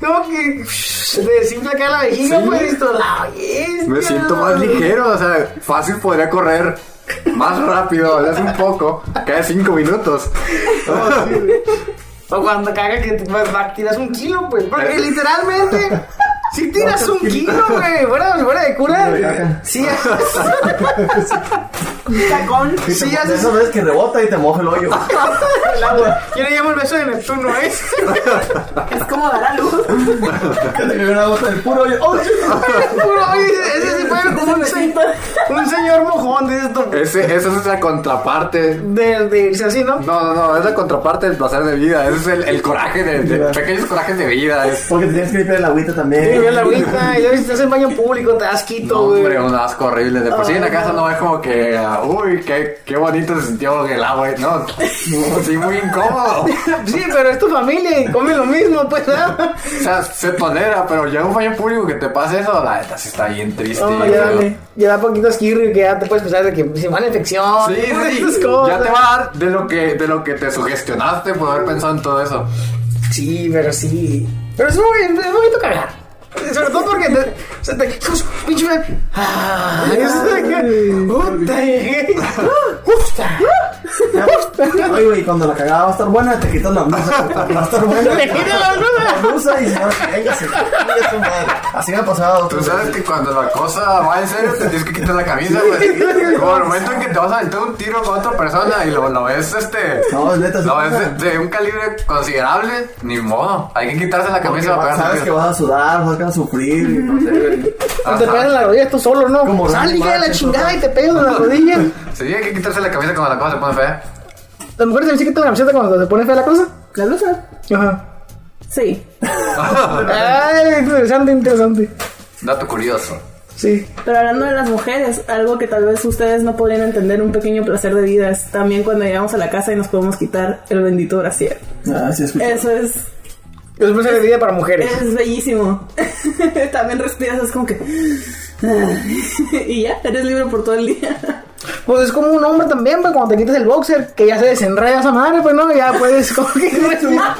B: Como que se te desinfla acá la vejiga,
C: Sí.
B: pues, esto, la bestia.
C: Me siento más ligero, o sea, fácil podría correr más rápido, o sea, es un poco, cada cinco minutos.
B: O cuando cagas que te, pues, va- tiras un kilo, pues, porque literalmente... Si tiras un kilo, güey, fuera, fuera de cura. Sí,
D: Tacón.
B: sí,
E: De
B: haces
E: esas veces que rebota y te moja el hoyo.
B: el agua. Yo le llamo el beso de Neptuno, ¿eh?
D: Es como dar a luz.
E: Que te cayó una gota del puro hoyo. ¡Oh, sí!
B: Puro, oye, ese sí fue como un, se- un señor mojón de esto.
C: Ese, esa es la contraparte.
B: De, de irse así, ¿no?
C: No, no, no, es la contraparte del placer de vida, ese es el, el coraje, de, de- pequeños corajes de vida. Es,
E: Porque te tienes que limpiar el agüita también.
B: Y la agüita, y luego si estás en baño público, te das
C: No,
B: quito, güey.
C: hombre, un asco horrible. De por sí en la casa no es como que, ah, uy, qué, qué bonito se sintió el agua, no. Sí, muy incómodo.
B: Sí, pero es tu familia y come lo mismo, pues, ¿verdad?
C: O sea, se tolera, pero ya un baño público que te pase eso, la neta sí está bien triste.
B: No,
C: pero-
B: Oh, ya, dale. ya da poquito esquirri que ya te puedes pensar de que se va la infección.
C: Sí,
B: todas
C: sí,
B: esas
C: ya
B: cosas.
C: te va a dar de lo que, de lo que te sugestionaste por haber pensado en todo eso.
B: Sí, pero sí. Pero es muy, es bonito cagar. Sobre todo porque te. Se te ¡Sus! ¡Pinche madre! ¡Ah! Es de que. ¡Puta! eh, ¡uh! llegué. ¡Puta!
E: Oye, güey, cuando la cagada va a estar buena, te quitas la blusa. Va a estar buena.
B: Le quito la blusa.
E: blusa y se va a venga, se chinga su madre. Así me ha pasado.
C: Tú sabes que cuando la cosa va en serio te tienes que quitar la camisa, pues. Como el momento en que te vas a aventar un tiro con otra persona y lo, lo ves este.
E: No, es neta, sí
C: Lo ves
E: pasa.
C: de, de un calibre considerable, ni modo. Hay que quitarse la
E: Porque
C: camisa para
E: vas-
C: pegar
E: sabes
C: un
E: que
C: tiro.
E: vas a sudar, vas a sufrir. y no sé.
B: O te pegas en la rodilla tú solo, ¿no?
E: Como
B: Sal,
E: Randy
B: hija de la
E: Martin,
B: chingada y te pegas en la rodilla.
C: Sí, hay que quitarse la camisa cuando la cosa se pone fea.
B: Las mujeres también se quitan la camiseta cuando se pone fea la cosa.
D: ¿La blusa?
B: Ajá.
D: Sí.
B: Ay, interesante, interesante.
C: Dato curioso.
B: Sí.
D: Pero hablando de las mujeres, algo que tal vez ustedes no podrían entender, un pequeño placer de vida, es también cuando llegamos a la casa y nos podemos quitar el bendito brasier.
E: Ah, sí, escucha.
D: Eso es,
B: Es un placer de vida para mujeres.
D: es bellísimo. también respiras, es como que... y ya, eres libre por todo el día.
B: Pues es como un hombre también, pues cuando te quitas el boxer, que ya se desenreda esa madre, pues no, ya puedes como que respirar.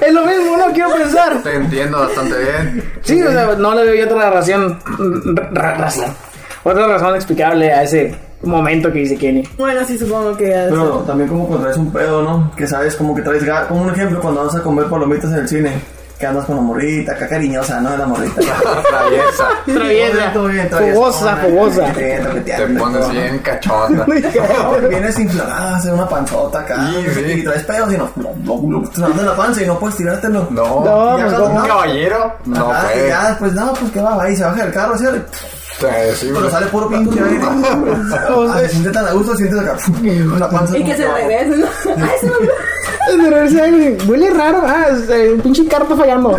B: Es lo mismo, no quiero pensar.
C: Te entiendo bastante bien.
B: Sí, o sea, no le veo yo otra razón. ra- razón. Otra razón explicable a ese momento que dice Kenny.
D: Bueno, sí, supongo que ya.
E: Pero también como cuando traes un pedo, ¿no? Que sabes como que traes ga- Como un ejemplo, cuando vas a comer palomitas en el cine, que andas con la morrita, acá cariñosa, ¿no? De la morrita.
C: Traviesa.
B: Traviesa,
E: Todo bien, todo bien,
B: fogosa,
E: traviesona,
B: fogosa.
E: que te- te-
C: Te
E: te-
C: pones
E: todo,
C: bien cachonda.
E: ¿no? Vienes inflada, hacer una panzota acá.
C: Sí, sí.
E: Y traes pedos y no, no, no, te mandan la panza y no puedes tirártelo.
C: No.
B: No,
E: pues,
C: ¿Un
E: ¿cómo?
C: caballero? No
E: Ajá, y
C: puede.
E: ya, pues no, pues que va, va y se baja del carro, ¿sí?
C: Te decimos.
E: Pero sale puro pinche aire. Ah, Se siente tan a gusto, sientes acá la panza.
D: Y que se
E: como-
D: regrese, ¿no? Ay, se me olvidó.
B: De regreso, ay, Huele raro, ah, es, eh, un pinche carta fallando.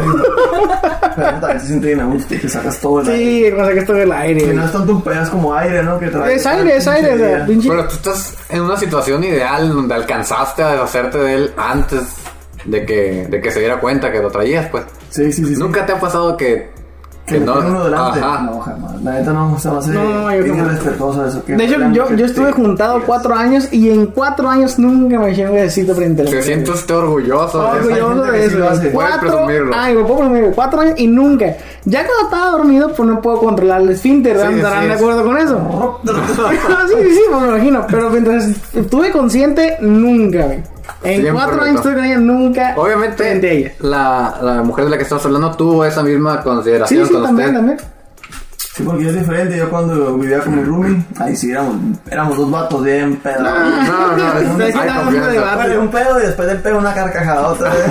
E: Pero también se siente bien a gusto y que sacas todo el aire.
B: Sí, cosa que esto del
E: Que
B: aire.
E: no es tanto un pedazo como aire, ¿no? Que trae-
B: Es aire, es aire, o sea, pinche.
C: Pero tú estás en una situación ideal donde alcanzaste a deshacerte de él antes de que, de que se diera cuenta que lo traías, pues.
E: Sí, sí, sí. sí.
C: Nunca te ha pasado que.
E: Que no, uno delante.
C: Ajá.
E: No, jamás. La neta no, se va a hacer.
B: No, no, yo
E: bien
B: jamás.
E: irrespetuoso eso. que-
B: De este hecho,
E: que-
B: yo,
E: que-
B: yo estuve
E: que-
B: juntado cuatro años y en cuatro años nunca me hicieron un besito frente a la
C: Te
B: tele.
C: sientes orgulloso. de eso.
B: Orgulloso
E: gente que
B: de
E: sí lo
B: eso.
E: hace.
B: güey.
C: Puedes
B: Cuatro
C: presumirlo.
B: ay, güey, puedo presumir, cuatro años y nunca. Ya cuando estaba dormido, pues no puedo controlar el esfínter. ¿verdad?
C: Sí,
B: ¿Estarán
C: sí,
B: de
C: es.
B: acuerdo con eso? No, sí, sí, sí, pues me imagino. Pero mientras estuve consciente, nunca, güey. En
C: Bien
B: cuatro
C: correcto.
B: años estuve con ella, nunca. Frente a
C: Obviamente,
B: ella.
C: la, la mujer de la que estamos hablando tuvo esa misma
B: Sí,
C: consideración
B: sí,
C: con
B: también,
C: usted.
B: también.
E: Sí, porque es diferente. Yo cuando vivía con mi roomie, ahí sí éramos, éramos dos vatos bien pedo.
B: Ah.
C: No, Ah, no,
B: Ustedes
C: hay
B: están hablando
C: confianza.
B: de vatos.
E: Bueno, un pedo y después del pedo una carcajada otra vez.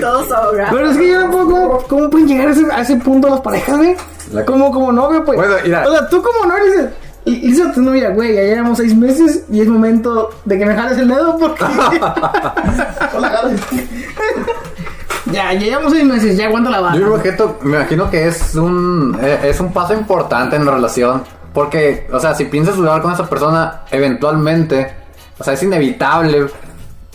D: Todos ahogados.
B: Pero es que yo tampoco, ¿cómo pueden llegar a ese, a ese punto las parejas, güey?
C: La-
B: Como, como novio, pues.
C: Bueno, mira.
B: O sea, tú como novio dices, y- Lisa, tu novia, güey, ya llevamos seis meses y es momento de que me jales el dedo porque... ya, ya llevamos seis meses, ya aguanto la
C: Yo
B: barra.
C: digo que esto, me imagino que es un, eh, es un paso importante en la relación. Porque, o sea, si piensas durar con esa persona, eventualmente, o sea, es inevitable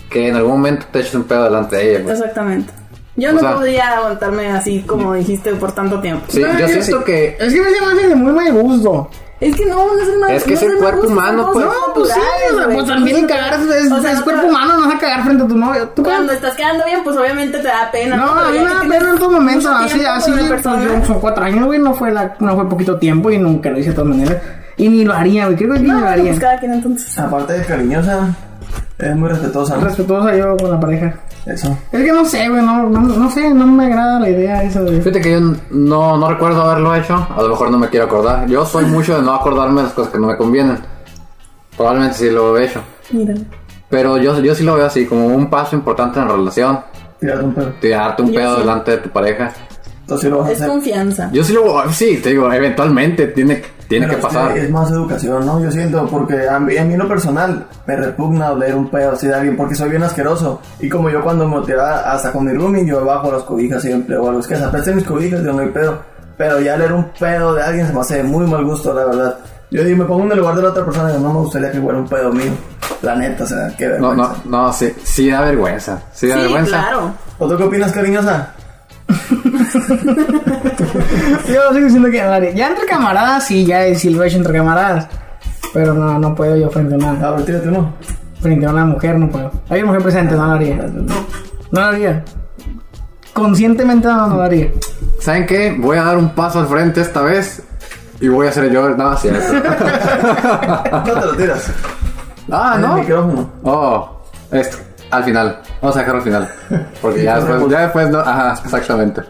C: que en algún momento te eches un pedo delante de ella. güey.
D: Exactamente. Yo
C: O
D: no
C: sea-
D: podría aguantarme así como dijiste por tanto tiempo.
C: Sí,
B: No,
C: yo
B: yo
C: siento
B: sí.
C: que
B: Es que me hace más de muy mal gusto.
D: Es que no, no es hermano.
C: Es que es el cuerpo humano, pues.
B: No, pues sí, o sea, pues también cagar es, es- es cuerpo humano, no vas a cagar frente a tu novio. ¿Tú cagas?
D: Cuando estás quedando bien, pues obviamente te da pena.
B: No,
D: Pero
B: a mí
D: ya
B: me
D: que
B: da
D: tienes
B: pena en todo momento,
D: mucho
B: así,
D: tiempo
B: así,
D: con una
B: pues, yo-
D: persona.
B: son cuatro años, güey, no fue, la, no fue poquito tiempo y nunca lo hice de todas maneras. Y ni lo haría, güey, creo que ni
D: No,
B: lo
D: bueno,
B: haría.
D: pues cada quien entonces.
E: Aparte de cariñosa, es muy respetuosa. ¿no?
B: Respetuosa yo con la pareja.
E: Eso.
B: Es que no sé, güey, no, no, no sé, no me agrada la idea esa de...
C: Fíjate que yo no, no recuerdo haberlo hecho. A lo mejor no me quiero acordar. Yo soy mucho de no acordarme de las cosas que no me convienen. Probablemente sí lo he hecho.
D: Mira.
C: Pero yo, yo sí lo veo así, como un paso importante en la relación.
E: Tirarte un pedo.
C: Tirarte un
D: Yo
C: pedo
D: sí.
C: delante de tu pareja.
E: Entonces lo vas a
D: Es
E: hacer.
D: confianza.
C: Yo sí lo sí, te digo, eventualmente tiene, tiene
E: Pero
C: que
E: es
C: pasar.
E: Es más educación, ¿no? Yo siento, porque a mí, a mí en lo personal me repugna oler un pedo así de alguien, porque soy bien asqueroso. Y como yo cuando me tiraba hasta con mi roomie, yo bajo las cobijas siempre, o a los que se apresten mis cobijas, yo no hay pedo. Pero ya leer un pedo de alguien se me hace de muy mal gusto, la verdad. Yo digo, me pongo en el lugar de la otra persona y digo, no me gustaría que fuera un pedo mío. La neta, o sea, qué
C: No,
E: vergüenza.
C: no, no, sí, sí da vergüenza. Sí da
D: Sí,
C: vergüenza.
D: claro.
E: ¿O tú qué opinas, cariñosa?
B: Yo sigo diciendo que no lo haría. Ya entre camaradas, sí, ya sí lo he hecho entre camaradas. Pero no, no puedo yo frente a una,
E: A ver, tírate uno.
B: frente a una mujer, no puedo. Hay una mujer presente, no lo haría. No lo haría. Conscientemente no, no lo haría.
C: ¿Saben qué? Voy a dar un paso al frente esta vez y voy a ser yo. No, cierto.
E: No te lo tiras.
C: ah,
E: En El
C: no.
E: micrófono.
C: Oh, esto. Al final. Vamos a dejarlo al final. Porque ya después, ya después no. Ajá, exactamente.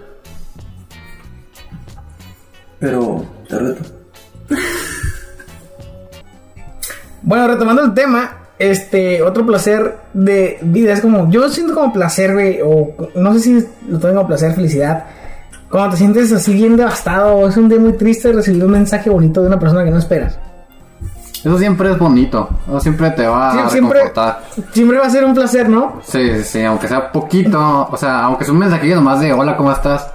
E: Pero te reto.
B: Bueno, retomando el tema, este, otro placer de vida es como, yo siento como placer, güey, o no sé si lo tengo como placer, felicidad. Cuando te sientes así bien devastado, o es un día muy triste recibir un mensaje bonito de una persona que no esperas.
C: Eso siempre es bonito. Eso siempre te va
B: Sie-
C: a
B: siempre,
C: reconfortar.
B: siempre va a ser un placer, ¿no?
C: Sí, sí, sí, aunque sea poquito. O sea, aunque sea un mensajillo nomás de hola, ¿cómo estás?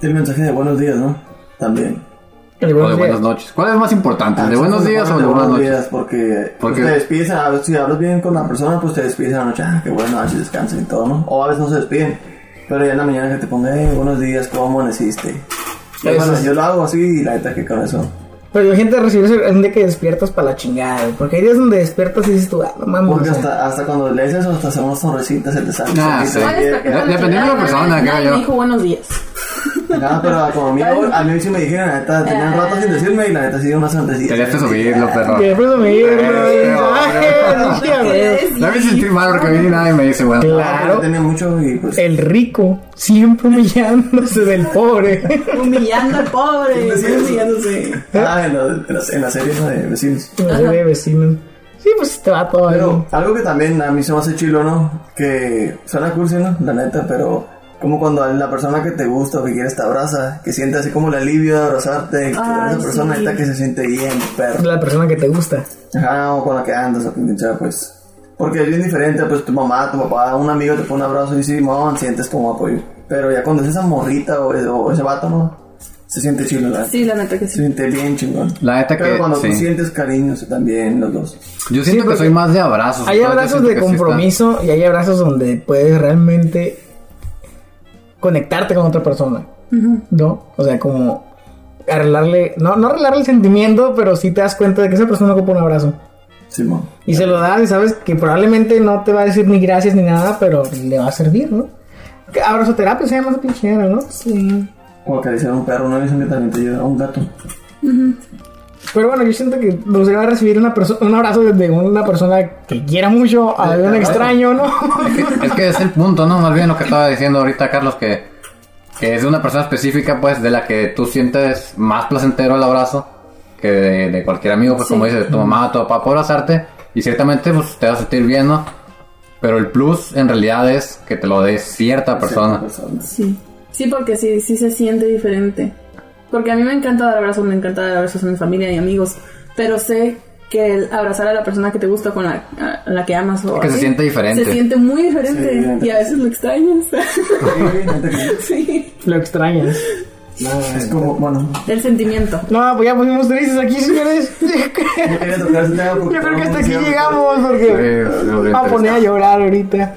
E: El mensaje de buenos días, ¿no? También.
B: El
C: O
B: buenos
C: de
B: días.
C: buenas noches. ¿Cuál es más importante? ¿El de
E: Ah,
C: buenos
E: sí,
C: días o el
E: de
C: de buenas noches?
E: Porque,
C: ¿Por
E: pues,
C: qué?
E: te despiden, a veces si hablas bien con la persona, pues te despiden en la noche, ah, qué buenas noches, descansen y todo, ¿no? O a veces no se despiden, pero ya en la mañana que te ponga, hey, buenos días, ¿cómo amaneciste? Pero
B: Eso
E: bueno,
B: es-
E: yo lo hago así y la neta que con eso.
B: Pero hay gente recibirse un día que despiertas para la chingada, güey, porque hay días donde despiertas y dices tú, ah, no mames.
E: Porque
B: o sea,
E: hasta, hasta cuando le dices eso, hasta hacemos sonrisitas, se te sale.
C: Ah,
E: se
C: sí.
E: te
D: ¿Cuál es la que
E: sale.
C: De-
D: te
C: dependiendo de la persona, creo
D: Nadie
C: yo.
D: Me dijo buenos días.
E: No, pero como a mí, a mí sí me dijeron, la neta, tenía un rato sin decirme y la neta sí una sonrisita.
C: Tenías que subirlo, perro.
B: Que de pronto me llega, güey,
C: Eh, eh,
B: ay,
C: eh,
B: tía, güey.
C: Ya me sentí mal porque a mí nadie me dice, bueno.
E: Claro.
B: Claro,
E: Tenía mucho y
D: Eh,
E: pues.
B: el rico siempre humillándose del pobre.
D: Humillando al pobre. Humillándose.
E: Ah, en, lo- en las- en la serie ¿no? de vecinos.
B: No sé de vecinos. Sí, pues te va todo ahí.
E: Pero algo que también a mí se me hace chilo, ¿no? Que suena cursi, ¿no? La neta, pero como cuando a la persona que te gusta o que quieres te abraza, que siente así como el alivio de abrazarte, que
D: Ah,
E: esa persona
D: sí.
E: neta que se siente bien, perro.
B: La persona que te gusta.
E: Ajá, o con la que andas, o con quien sea, pues. Porque es bien diferente, pues tu mamá, tu papá, un amigo te pone un abrazo y sí, mamá, sientes como apoyo. Pero ya cuando es esa morrita o, o ese vato, ¿no? Se siente chilo, la neta.
D: Sí, la neta que
E: Se
D: sí.
E: siente bien chingón.
C: La neta
E: Pero
C: que-
E: cuando
C: sí.
E: tú sientes cariño, sí, también los dos.
C: Yo siento que
B: porque
C: soy más de abrazos.
B: Hay
C: ¿no? Yo
B: abrazos
C: siento
B: de
C: que sí está-
B: compromiso y hay abrazos donde puedes realmente conectarte con otra persona. ¿No? O sea, como arreglarle, no, no arreglarle el sentimiento, pero sí te das cuenta de que esa persona ocupa un abrazo.
E: Simón.
B: Y se lo das y sabes que probablemente no te va a decir ni gracias ni nada, pero le va a servir, ¿no? Que Abrazoterapia se llama esa pinchera, ¿no?
D: Sí.
E: O acariciar a un perro, una vez que también te ayuda a un gato.
B: Pero bueno, yo siento que me gustaría recibir una perso- un abrazo de una persona que quiera mucho a un extraño, ¿no?
C: Es que es el punto, ¿no? Más bien lo que estaba diciendo ahorita, Carlos, que, que es de una persona específica, pues, de la que tú sientes más placentero el abrazo que de, de cualquier amigo, pues, como dices, de tu mamá, tu papá, por abrazarte. Y ciertamente, pues, te vas a sentir bien, ¿no? Pero el plus, en realidad, es que te lo dé cierta persona.
E: Personas.
D: Sí. Sí, porque sí, sí se siente diferente. Porque a mí me encanta dar abrazos, me encanta dar abrazos a mi familia y amigos. Pero sé que el abrazar a la persona que te gusta con la, a la que amas o
C: Que se
D: así,
C: siente diferente.
D: Se siente muy diferente.
E: Sí.
D: y a veces lo extrañas. sí.
B: Lo extrañas.
E: Es como, bueno,
D: El sentimiento.
B: No, pues ya pusimos tristes aquí, señores.
E: yo
B: Yo
E: quería tocar ese tema porque
B: creo
E: todo
B: que
E: el
B: hasta
E: mundo
B: aquí
E: siempre-
B: llegamos porque
C: Es
B: me
C: lo que
B: voy a
C: interesa.
B: poner a llorar ahorita.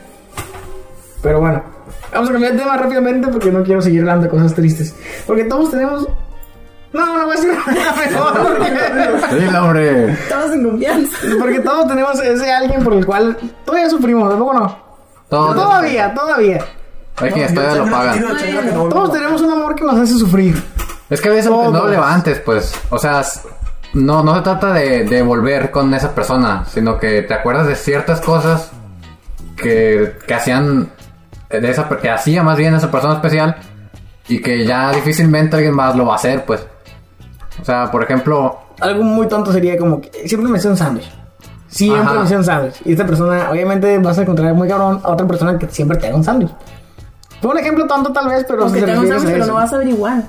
B: Pero bueno, vamos a cambiar de tema rápidamente porque no quiero seguir hablando de cosas tristes. Porque todos tenemos. No, no voy a decir nada mejor.
C: Sí, hombre.
D: Todos en confianza.
B: Porque todos tenemos ese alguien por el cual todavía sufrimos, tampoco no.
C: Todo,
B: Todavía, todavía.
C: Es que
E: Yo
C: esto ya
E: tengo
C: lo
E: una-
C: pagan.
E: tengo una chinga que no vuelvo
B: Todos
E: a-
B: tenemos un amor que nos hace sufrir.
C: Es que a veces aunque no
B: Todos.
C: levantes, pues, o sea, s- no, no se trata de, de volver con esa persona, sino que te acuerdas de ciertas cosas que, que hacían, de esa, per- que hacía más bien esa persona especial y que ya difícilmente alguien más lo va a hacer, pues. O sea, por ejemplo,
B: algo muy tonto sería como que siempre me hacía un sándwich. Siempre
C: Ajá.
B: me hacía un sándwich. Y esta persona, obviamente, vas a encontrar muy cabrón a otra persona que siempre te haga un sándwich. Fue un ejemplo tonto tal vez, pero
D: Aunque
B: se
D: te no
B: refiere
D: sabes,
B: a
D: pero
B: eso.
D: no vas a averiguar.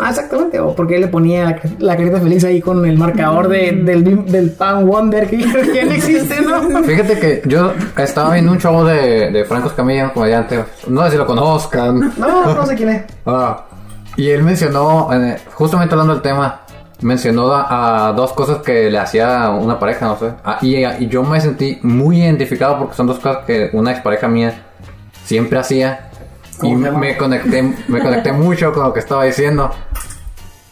B: Ah, exactamente. O porque él le ponía la, ca- la carita feliz ahí con el marcador de- del, bim- del pan Wonder que ya no existe, ¿no?
C: fíjate que yo estaba viendo un show de, de Franco Escamilla, un comediante, no sé si lo conozcan.
B: No, no sé quién es.
C: Ah, y él mencionó, eh, justamente hablando del tema, mencionó a, a dos cosas que le hacía una pareja, no sé. Ah, y, y yo me sentí muy identificado porque son dos cosas que una expareja mía siempre hacía. Y
E: ¿Cómo se llama?
C: me conecté, me conecté mucho con lo que estaba diciendo.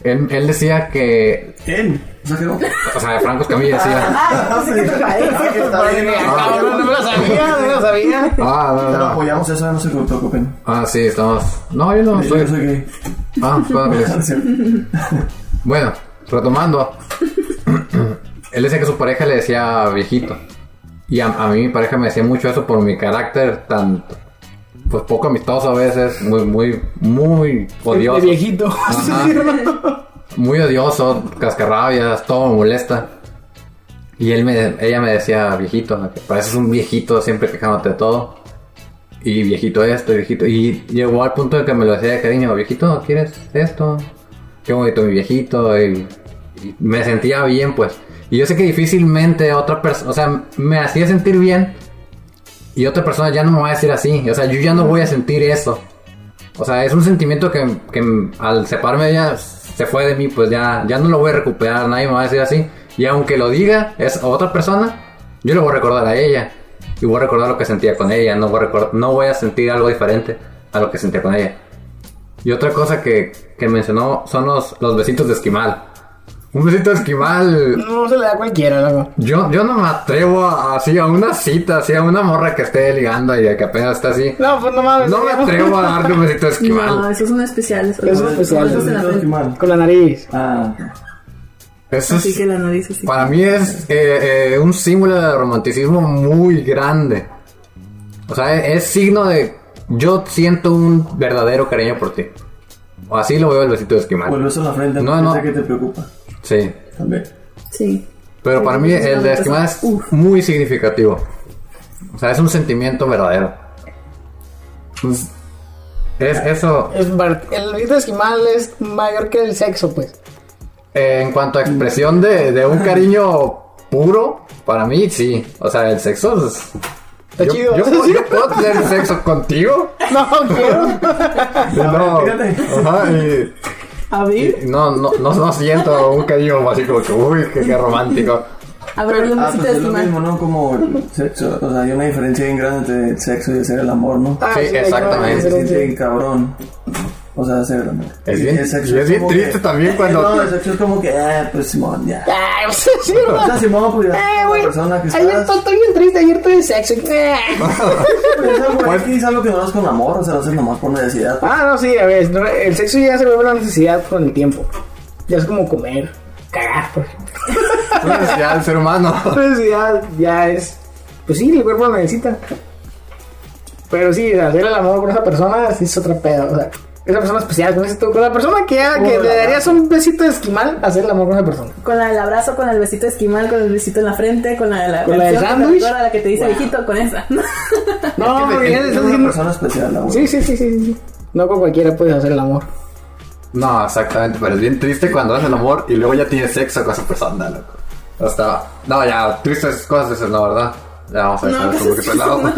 C: Él, él decía que,
E: ¿Quién? O sea, que no.
C: o sea, Franco Escamilla decía,
E: Ah, sí. Ah, que está bien, no,
B: Cabrón, no me lo sabía, no me lo sabía.
C: ah, no,
E: Pero
C: no, no.
E: apoyamos eso, no se preocupen. Eh,
C: Ah, sí, estamos. No, yo no
E: Yo
C: soy.
E: soy gay.
C: Ah, claro que les- Bueno, retomando. él decía que su pareja le decía viejito. Y a, a mí mi pareja me decía mucho eso por mi carácter tan... Pues poco amistoso a veces, muy, muy, muy
B: De
C: odioso.
B: viejito.
C: Ajá. Muy odioso, cascarrabias, todo me molesta. Y él me, ella me decía, viejito, ¿no? que pareces un viejito siempre quejándote de todo. Y viejito esto, y viejito. Y llegó al punto de que me lo decía de cariño, viejito, ¿quieres esto? Qué bonito mi viejito. Y, y me sentía bien, pues. Y yo sé que difícilmente otra persona, o sea, me hacía sentir bien. Y otra persona ya no me va a decir así. O sea, yo ya no voy a sentir eso. O sea, es un sentimiento que, que al separarme de ella se fue de mí, pues ya, ya no lo voy a recuperar, nadie me va a decir así. Y aunque lo diga es a otra persona, yo lo voy a recordar a ella. Y voy a recordar lo que sentía con ella, no voy a, recor- no voy a sentir algo diferente a lo que sentía con ella. Y otra cosa que, que mencionó son los, los besitos de esquimal. Un besito de esquimal.
B: No se le da a cualquiera, loco.
C: Yo, yo no me atrevo a, así a una cita, así a una morra que esté ligando y que apenas está así.
B: No, pues no mames.
C: No me atrevo a darle un besito de esquimal.
D: No, esos son especiales.
B: Esos son especiales.
D: Esos se la
E: Qué
D: ven.
E: mal.
B: Con la nariz.
E: Ah,
C: Eso
D: Así
C: es,
D: que la nariz así.
C: para mí es eh, eh, un símbolo de romanticismo muy grande. O sea, e, es, es signo de yo siento un verdadero cariño por ti. O así lo veo el besito de esquimal.
E: o el beso en la frente.
C: No,
E: No,
C: no.
E: no. que te preocupa.
C: Sí,
E: También.
D: Sí.
C: pero para mí el de esquimal es
D: Uf.
C: muy significativo. O sea, es un sentimiento verdadero. Pues, es eso
B: Es bar- El grito esquimal es mayor que el sexo, pues.
C: Eh, en cuanto a expresión de, de un cariño puro, para mí sí. O sea, el sexo es.
B: Está
C: yo,
B: chido.
C: Yo, puedo- yo puedo tener sexo contigo.
B: No, quiero.
C: No.
E: fíjate.
C: Ajá, y-
D: A ver.
C: y no, no, no, no siento un cariño así como que, uy, qué, qué romántico.
D: A ver, los
E: Ah,
D: besitos
E: pues
D: de
E: es lo
D: esquimal.
E: mismo, ¿no? Como el sexo. O sea, hay una diferencia bien grande entre el sexo y hacer el amor, ¿no?
B: Ah,
C: Sí,
B: de
C: exactamente.
E: Se
B: acuerdo,
E: siente
B: sí.
E: bien cabrón. O sea, hacer el amor.
C: Es
E: Y
C: bien-
E: el sexo
C: y es bien
E: como Eh,
C: triste también cuando-
E: No, el sexo es como que, ah, pues Simón, ya.
B: Ay, pues, sí, sí, güey.
E: O sea, Simón, pues ya.
B: Eh,
E: la
B: güey.
E: persona que
B: Ayer
E: estás.
B: to- estoy bien triste, ayer tuve sexo. Eh.
E: Pues, esa, güey, es que es algo que no haces con amor, o sea, lo haces nomás por necesidad.
B: Ah, no, sí, a ver, no, el sexo ya se vuelve una necesidad con el tiempo. Ya es como comer, cagar, por ejemplo.
C: Entonces ya el ser humano.
B: Entonces ya, ya es. Pues sí, el cuerpo lo necesita. Pero sí, hacer el amor con esa persona sí es otra pedo. O sea, esa persona especial, con, ese- con la persona que, ya- que
E: Oh,
B: le
E: la
B: darías un besito de esquimal, hacer el amor con esa persona.
D: Con la del abrazo, con el besito esquimal, con el besito en la frente, con la de la
B: ¿Con la del
D: canción,
B: sándwich?
D: la, la que te dice viejito, con esa.
B: No, porque Ah, ya le
E: Es
B: estás
E: una
B: diciendo.
E: persona especial, la güey.
B: Sí, sí, sí, sí, sí. No con cualquiera puedes hacer el amor.
C: No, exactamente, pero es bien triste cuando haces el amor y luego ya tienes sexo con esa persona, loco. Hasta. No, ya, tristes cosas de esas, no, ¿verdad? Ya vamos a
D: No,
C: dejar
D: pues
C: esto un
D: es
C: poquito
D: que
C: de lado.
D: no.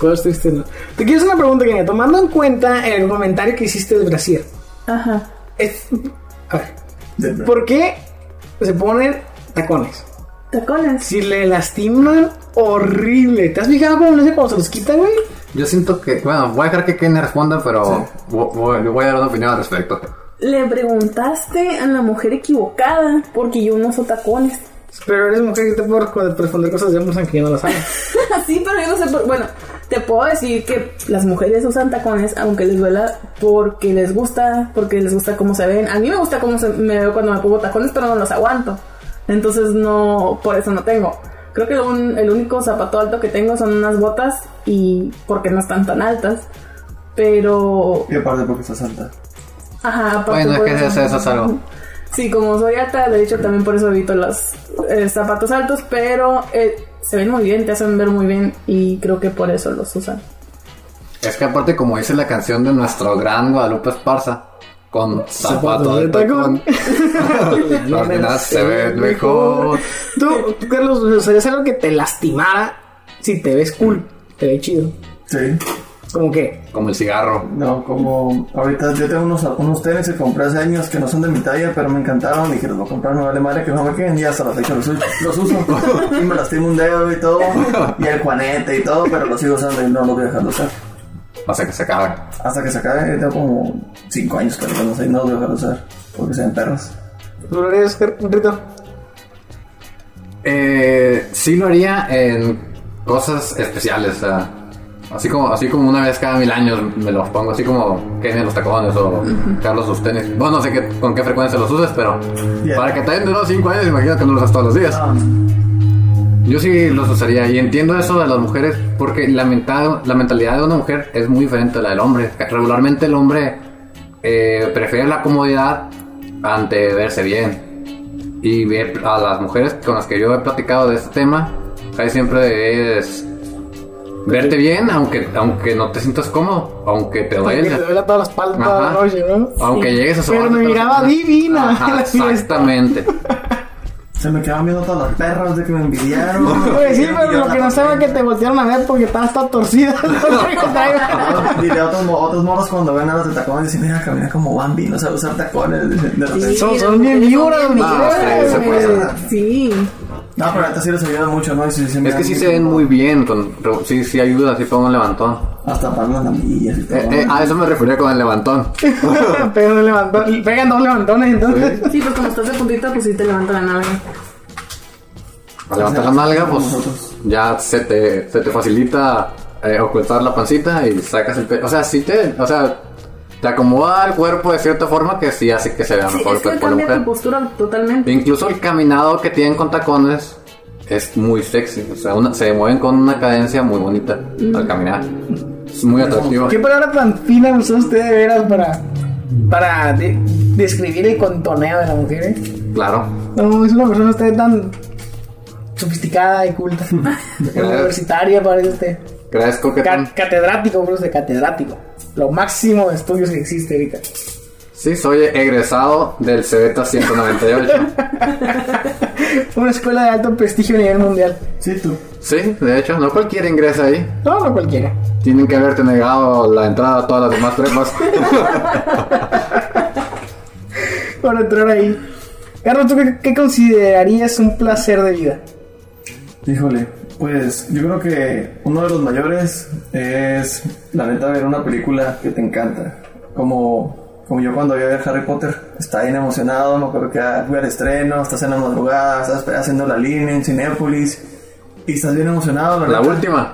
B: Cosas tristes, no. Te quiero hacer una pregunta, Kenia. Tomando en cuenta el comentario que hiciste de Brasil.
D: Ajá.
B: es- a ver,
E: De-
B: ¿por qué se ponen tacones?
D: Tacones.
B: Si le lastiman, horrible. ¿Te has fijado cómo lo hacen cuando se los quitan, güey?
C: Yo siento que, bueno, voy a dejar que Kenny responda, pero vo- vo- le voy a dar una opinión al respecto.
D: Le preguntaste a la mujer equivocada porque yo no uso tacones.
B: Pero eres mujer que te puedo reco- responder cosas de hombres aunque yo no las haga.
D: Así, pero yo no sé por... Bueno, te puedo decir que las mujeres usan tacones aunque les duela porque les gusta, porque les gusta cómo se ven. A mí me gusta cómo se- me veo cuando me pongo tacones, pero no los aguanto. Entonces no, por eso no tengo. Creo que un- el único zapato alto que tengo son unas botas y porque no están tan altas. Pero
E: Y aparte porque estás alta.
D: Ajá, aparte
C: Bueno, es
D: por
C: que eso- eso es algo.
D: Sí, como soy alta, de hecho también por eso evito los eh, zapatos altos, pero eh, se ven muy bien, te hacen ver muy bien y creo que por eso los usan.
C: Es que aparte, como dice la canción de nuestro gran Guadalupe Esparza, con zapato de tacón, las nenas se ven mejor.
B: Tú, tú, Carlos, o sea, es algo que te lastimara si te ves cool, te ves chido.
E: Sí.
B: Como que,
C: Como el cigarro.
E: No, como ahorita yo tengo unos, unos tenis que compré hace años que no son de mi talla, pero me encantaron y dije, los voy a comprar, me vale madre que no me queden y hasta la fecha los, uso- los uso. y me lastimo un dedo y todo, y el juanete y todo, pero los sigo usando y no los voy a dejar de usar.
C: O sea, que se acabe.
E: Hasta que se acabe, tengo como 5 años que los uso y no los voy a dejar de usar, porque sean perros.
B: ¿tú eres Rito?
C: Eh, sí lo haría en cosas especiales, o sea, así como, así como una vez cada mil años me los pongo, así como Kenny los tacones o Carlos sus tenis. Bueno, no sé qué- con qué frecuencia los uses, pero
E: Ya.
C: para que te den de los 5 años, imagino que no los usas todos los días. Yo sí los usaría y entiendo eso de las mujeres porque la, menta- la mentalidad de una mujer es muy diferente a la del hombre. Regularmente el hombre eh, prefiere la comodidad ante verse bien. Y ver a las mujeres con las que yo he platicado de este tema, casi siempre es verte bien aunque, aunque no te sientas cómodo, aunque te
B: Porque te
C: duela.
B: duele toda la espalda, toda la
C: Ajá.
B: noche, ¿no?
C: Aunque llegues a
B: Pero
C: sobarte
B: me
C: toda la
B: miraba
C: semana.
B: divina
C: Ajá,
B: en la fiesta.
C: exactamente.
E: Se me quedaban viendo todas las perras de que me envidiaron.
B: Pues sí,
E: Y
B: pero
E: yo
B: lo
E: la
B: que no
E: tapé.
B: sabe es que te voltearon a ver porque estabas toda torcida.
E: Y de otros, mo- otros morros cuando ven a los de tacones dicen, mira, camina como Bambi, no sabe usar tacones. dicen, de repente.
B: Son- son bien víboras,
C: víboras,
D: víboras,
C: Ah, sí, se
D: güey.
E: puede.
D: Sí,
E: No, pero antes sí les ayuda mucho, ¿no? Y sí, sí me
C: Es que
E: dan
C: sí
E: bien
C: se ven muy bien, con, sí, sí ayuda, sí fue un levantón.
E: Hasta para las lamillas y todo.
C: Eh, eh, a eso me refería con el levantón.
B: Pero un levantón- Pegan dos levantones entonces.
D: Sí, pues como estás de puntita, pues sí te levanta la nalga.
C: Para levantar la nalga, pues ya se te, se te facilita eh, ocultar la pancita y sacas el pelo. O sea, sí te, o sea, te acomoda el cuerpo de cierta forma que sí hace que se vea
D: Sí,
C: mejor
D: es
C: el cuerpo
D: que
C: de la
D: cambia tu
C: mujer.
D: postura totalmente.
C: Incluso el caminado que tienen con tacones es muy sexy. O sea, una- se mueven con una cadencia muy bonita al caminar. Es muy atractivo.
B: ¿Qué palabra tan fina usó usted de veras para, para de- describir el contoneo de la mujer? eh?
C: Claro.
B: No, es una persona usted tan sofisticada y culta. Universitaria parece usted.
C: Gracias, coquetón.
B: Ca- catedrático, bro, de catedrático. Lo máximo de estudios que existe ahorita.
C: Sí, soy egresado del CBETA 198.
B: Una escuela de alto prestigio a nivel mundial.
E: Sí, tú.
C: Sí, de hecho, no cualquiera ingresa ahí.
B: No, no cualquiera.
C: Tienen que haberte negado la entrada a todas las demás prepas.
B: Para entrar ahí. Carlos, ¿tú qué, qué considerarías un placer de vida?
E: Híjole, pues yo creo que uno de los mayores es, la neta, ver una película que te encanta. Como, como yo cuando voy a ver Harry Potter, está bien emocionado, me acuerdo que ah, fui al estreno, estás en la madrugada, estás haciendo la línea en Cinépolis, y estás bien emocionado,
C: la
E: neta.
C: última.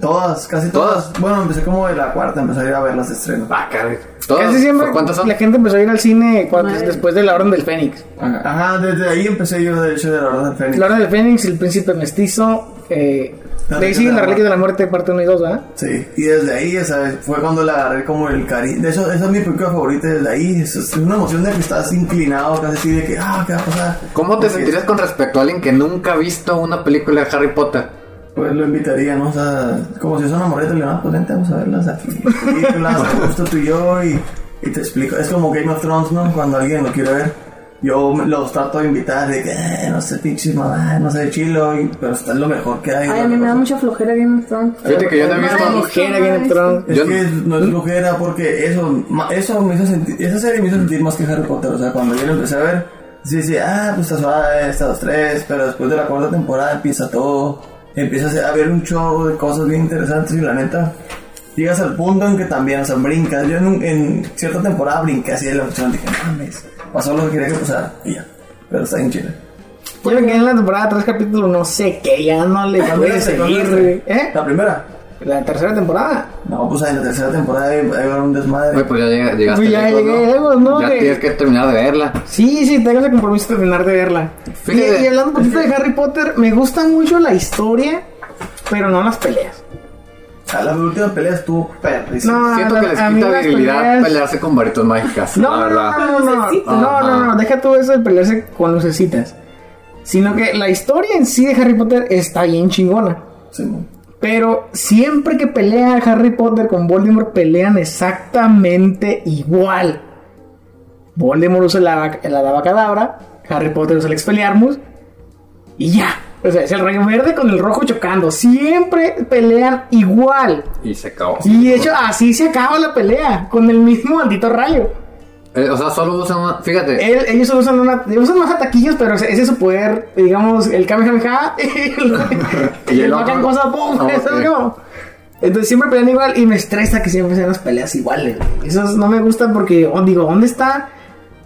E: Todas, casi todas. Bueno, empecé como de la cuarta, empecé a ir a ver las de estreno.
C: Ah, caray. ¿Todas?
B: Casi siempre
C: ¿Cuántas son?
B: la gente empezó a ir al cine cuando-
D: Madre.
B: después de La Orden del Fénix.
E: Ajá, desde ahí empecé yo, de hecho, de la Orden del Fénix.
B: La Orden del Fénix, El Príncipe Mestizo, eh, de
E: La
B: ahí
E: Reliquia
B: siguen
E: de la
B: Las Reliquias de la Muerte, parte 1 y 2, ¿verdad?
E: Sí, y desde ahí, o sea, fue cuando le agarré como el cariño. De hecho, esa es mi película favorita desde ahí. Es, es una emoción de que estás inclinado, casi así de que, ah, ¿qué va a pasar?
C: ¿Cómo te
E: Porque,
C: sentirías con respecto a alguien que nunca ha visto una película de Harry Potter?
E: Pues lo invitaría, ¿no? O sea, como si es una moreta, le más potente, vamos a verlas aquí. Películas, justo tú y yo, y, y te explico. Es como Game of Thrones, ¿no? Cuando alguien lo quiere ver, yo me- los trato de invitar, de que, eh, no sé, pinche mamá, no sé, chilo, y- pero está lo mejor que hay.
D: Ay, a
E: ¿no?
D: mí me da
E: O sea,
D: mucha flojera Game of Thrones.
C: Fíjate que yo no he visto-
D: Ay,
B: Ojera, Game of
D: esto,
B: Thrones.
E: Es
C: Yo-
E: que no es flojera porque eso, ma- eso me hizo sentir, esa serie me hizo sentir más que Harry Potter. O sea, cuando yo la empecé a ver, sí, sí, ah, pues está suave, está dos, tres, pero después de la cuarta temporada empieza todo, empiezas a ver un show de cosas bien interesantes y la neta, llegas al punto en que también, o sea, brincas. Yo en, un- en cierta temporada brinqué así de la opción, dije, "No mames, pasó lo que quería que pasara, y ya, pero está bien chile.
B: Yo me quedé en la temporada 3, capítulo no sé qué, ya no
C: Ah,
B: le pude seguir, güey. ¿eh?
E: La primera.
B: La tercera temporada.
E: No, pues en la tercera temporada iba a haber un desmadre.
C: Oye, pues ya llega- llegaste
B: Pues ya
C: lejos,
B: llegué lejos, ¿no?
C: Ya
B: Que-
C: tienes que terminar de verla.
B: Sí, sí, tengo ese compromiso de terminar de verla. Y,
C: Fíjate.
B: y hablando un poquito de Harry Potter, me gusta mucho la historia, pero no las peleas.
E: O sea, la última pelea estuvo perrísima.
B: No,
C: Siento que les
B: a mí
C: quita
B: las
C: virilidad
B: peleas-
C: pelearse con varitas mágicas.
B: pues No,
C: Este, la
B: no,
C: verdad.
B: no, no, no,
D: Lucecitas.
B: no, no, no,
C: Ajá.
B: deja todo eso de pelearse con lucecitas. Sino que la historia en sí de Harry Potter está bien chingona.
E: Sí, no.
B: Pero siempre que pelea Harry Potter con Voldemort, pelean exactamente igual. Voldemort usa la, vac- la cadabra, Harry Potter usa el Expelliarmus y ya. O sea, es el rayo verde con el rojo chocando. Siempre pelean igual.
C: Y se acabó.
B: Y de hecho, así se acaba la pelea, con el mismo maldito rayo.
C: Eh, o sea, solo usan una. Fíjate.
B: Él- ellos solo usan, una, usan más ataquillos, pero ese ese es su poder. Digamos, el Kamehameha y el,
C: Y
B: y
C: el
B: el
C: otro-
B: Makan cosa, ¡pum!
C: Ah,
B: Eso
C: ok.
B: no. Entonces siempre pelean igual y me estresa que siempre sean las peleas iguales. Esas no me gustan porque, oh, digo, ¿dónde está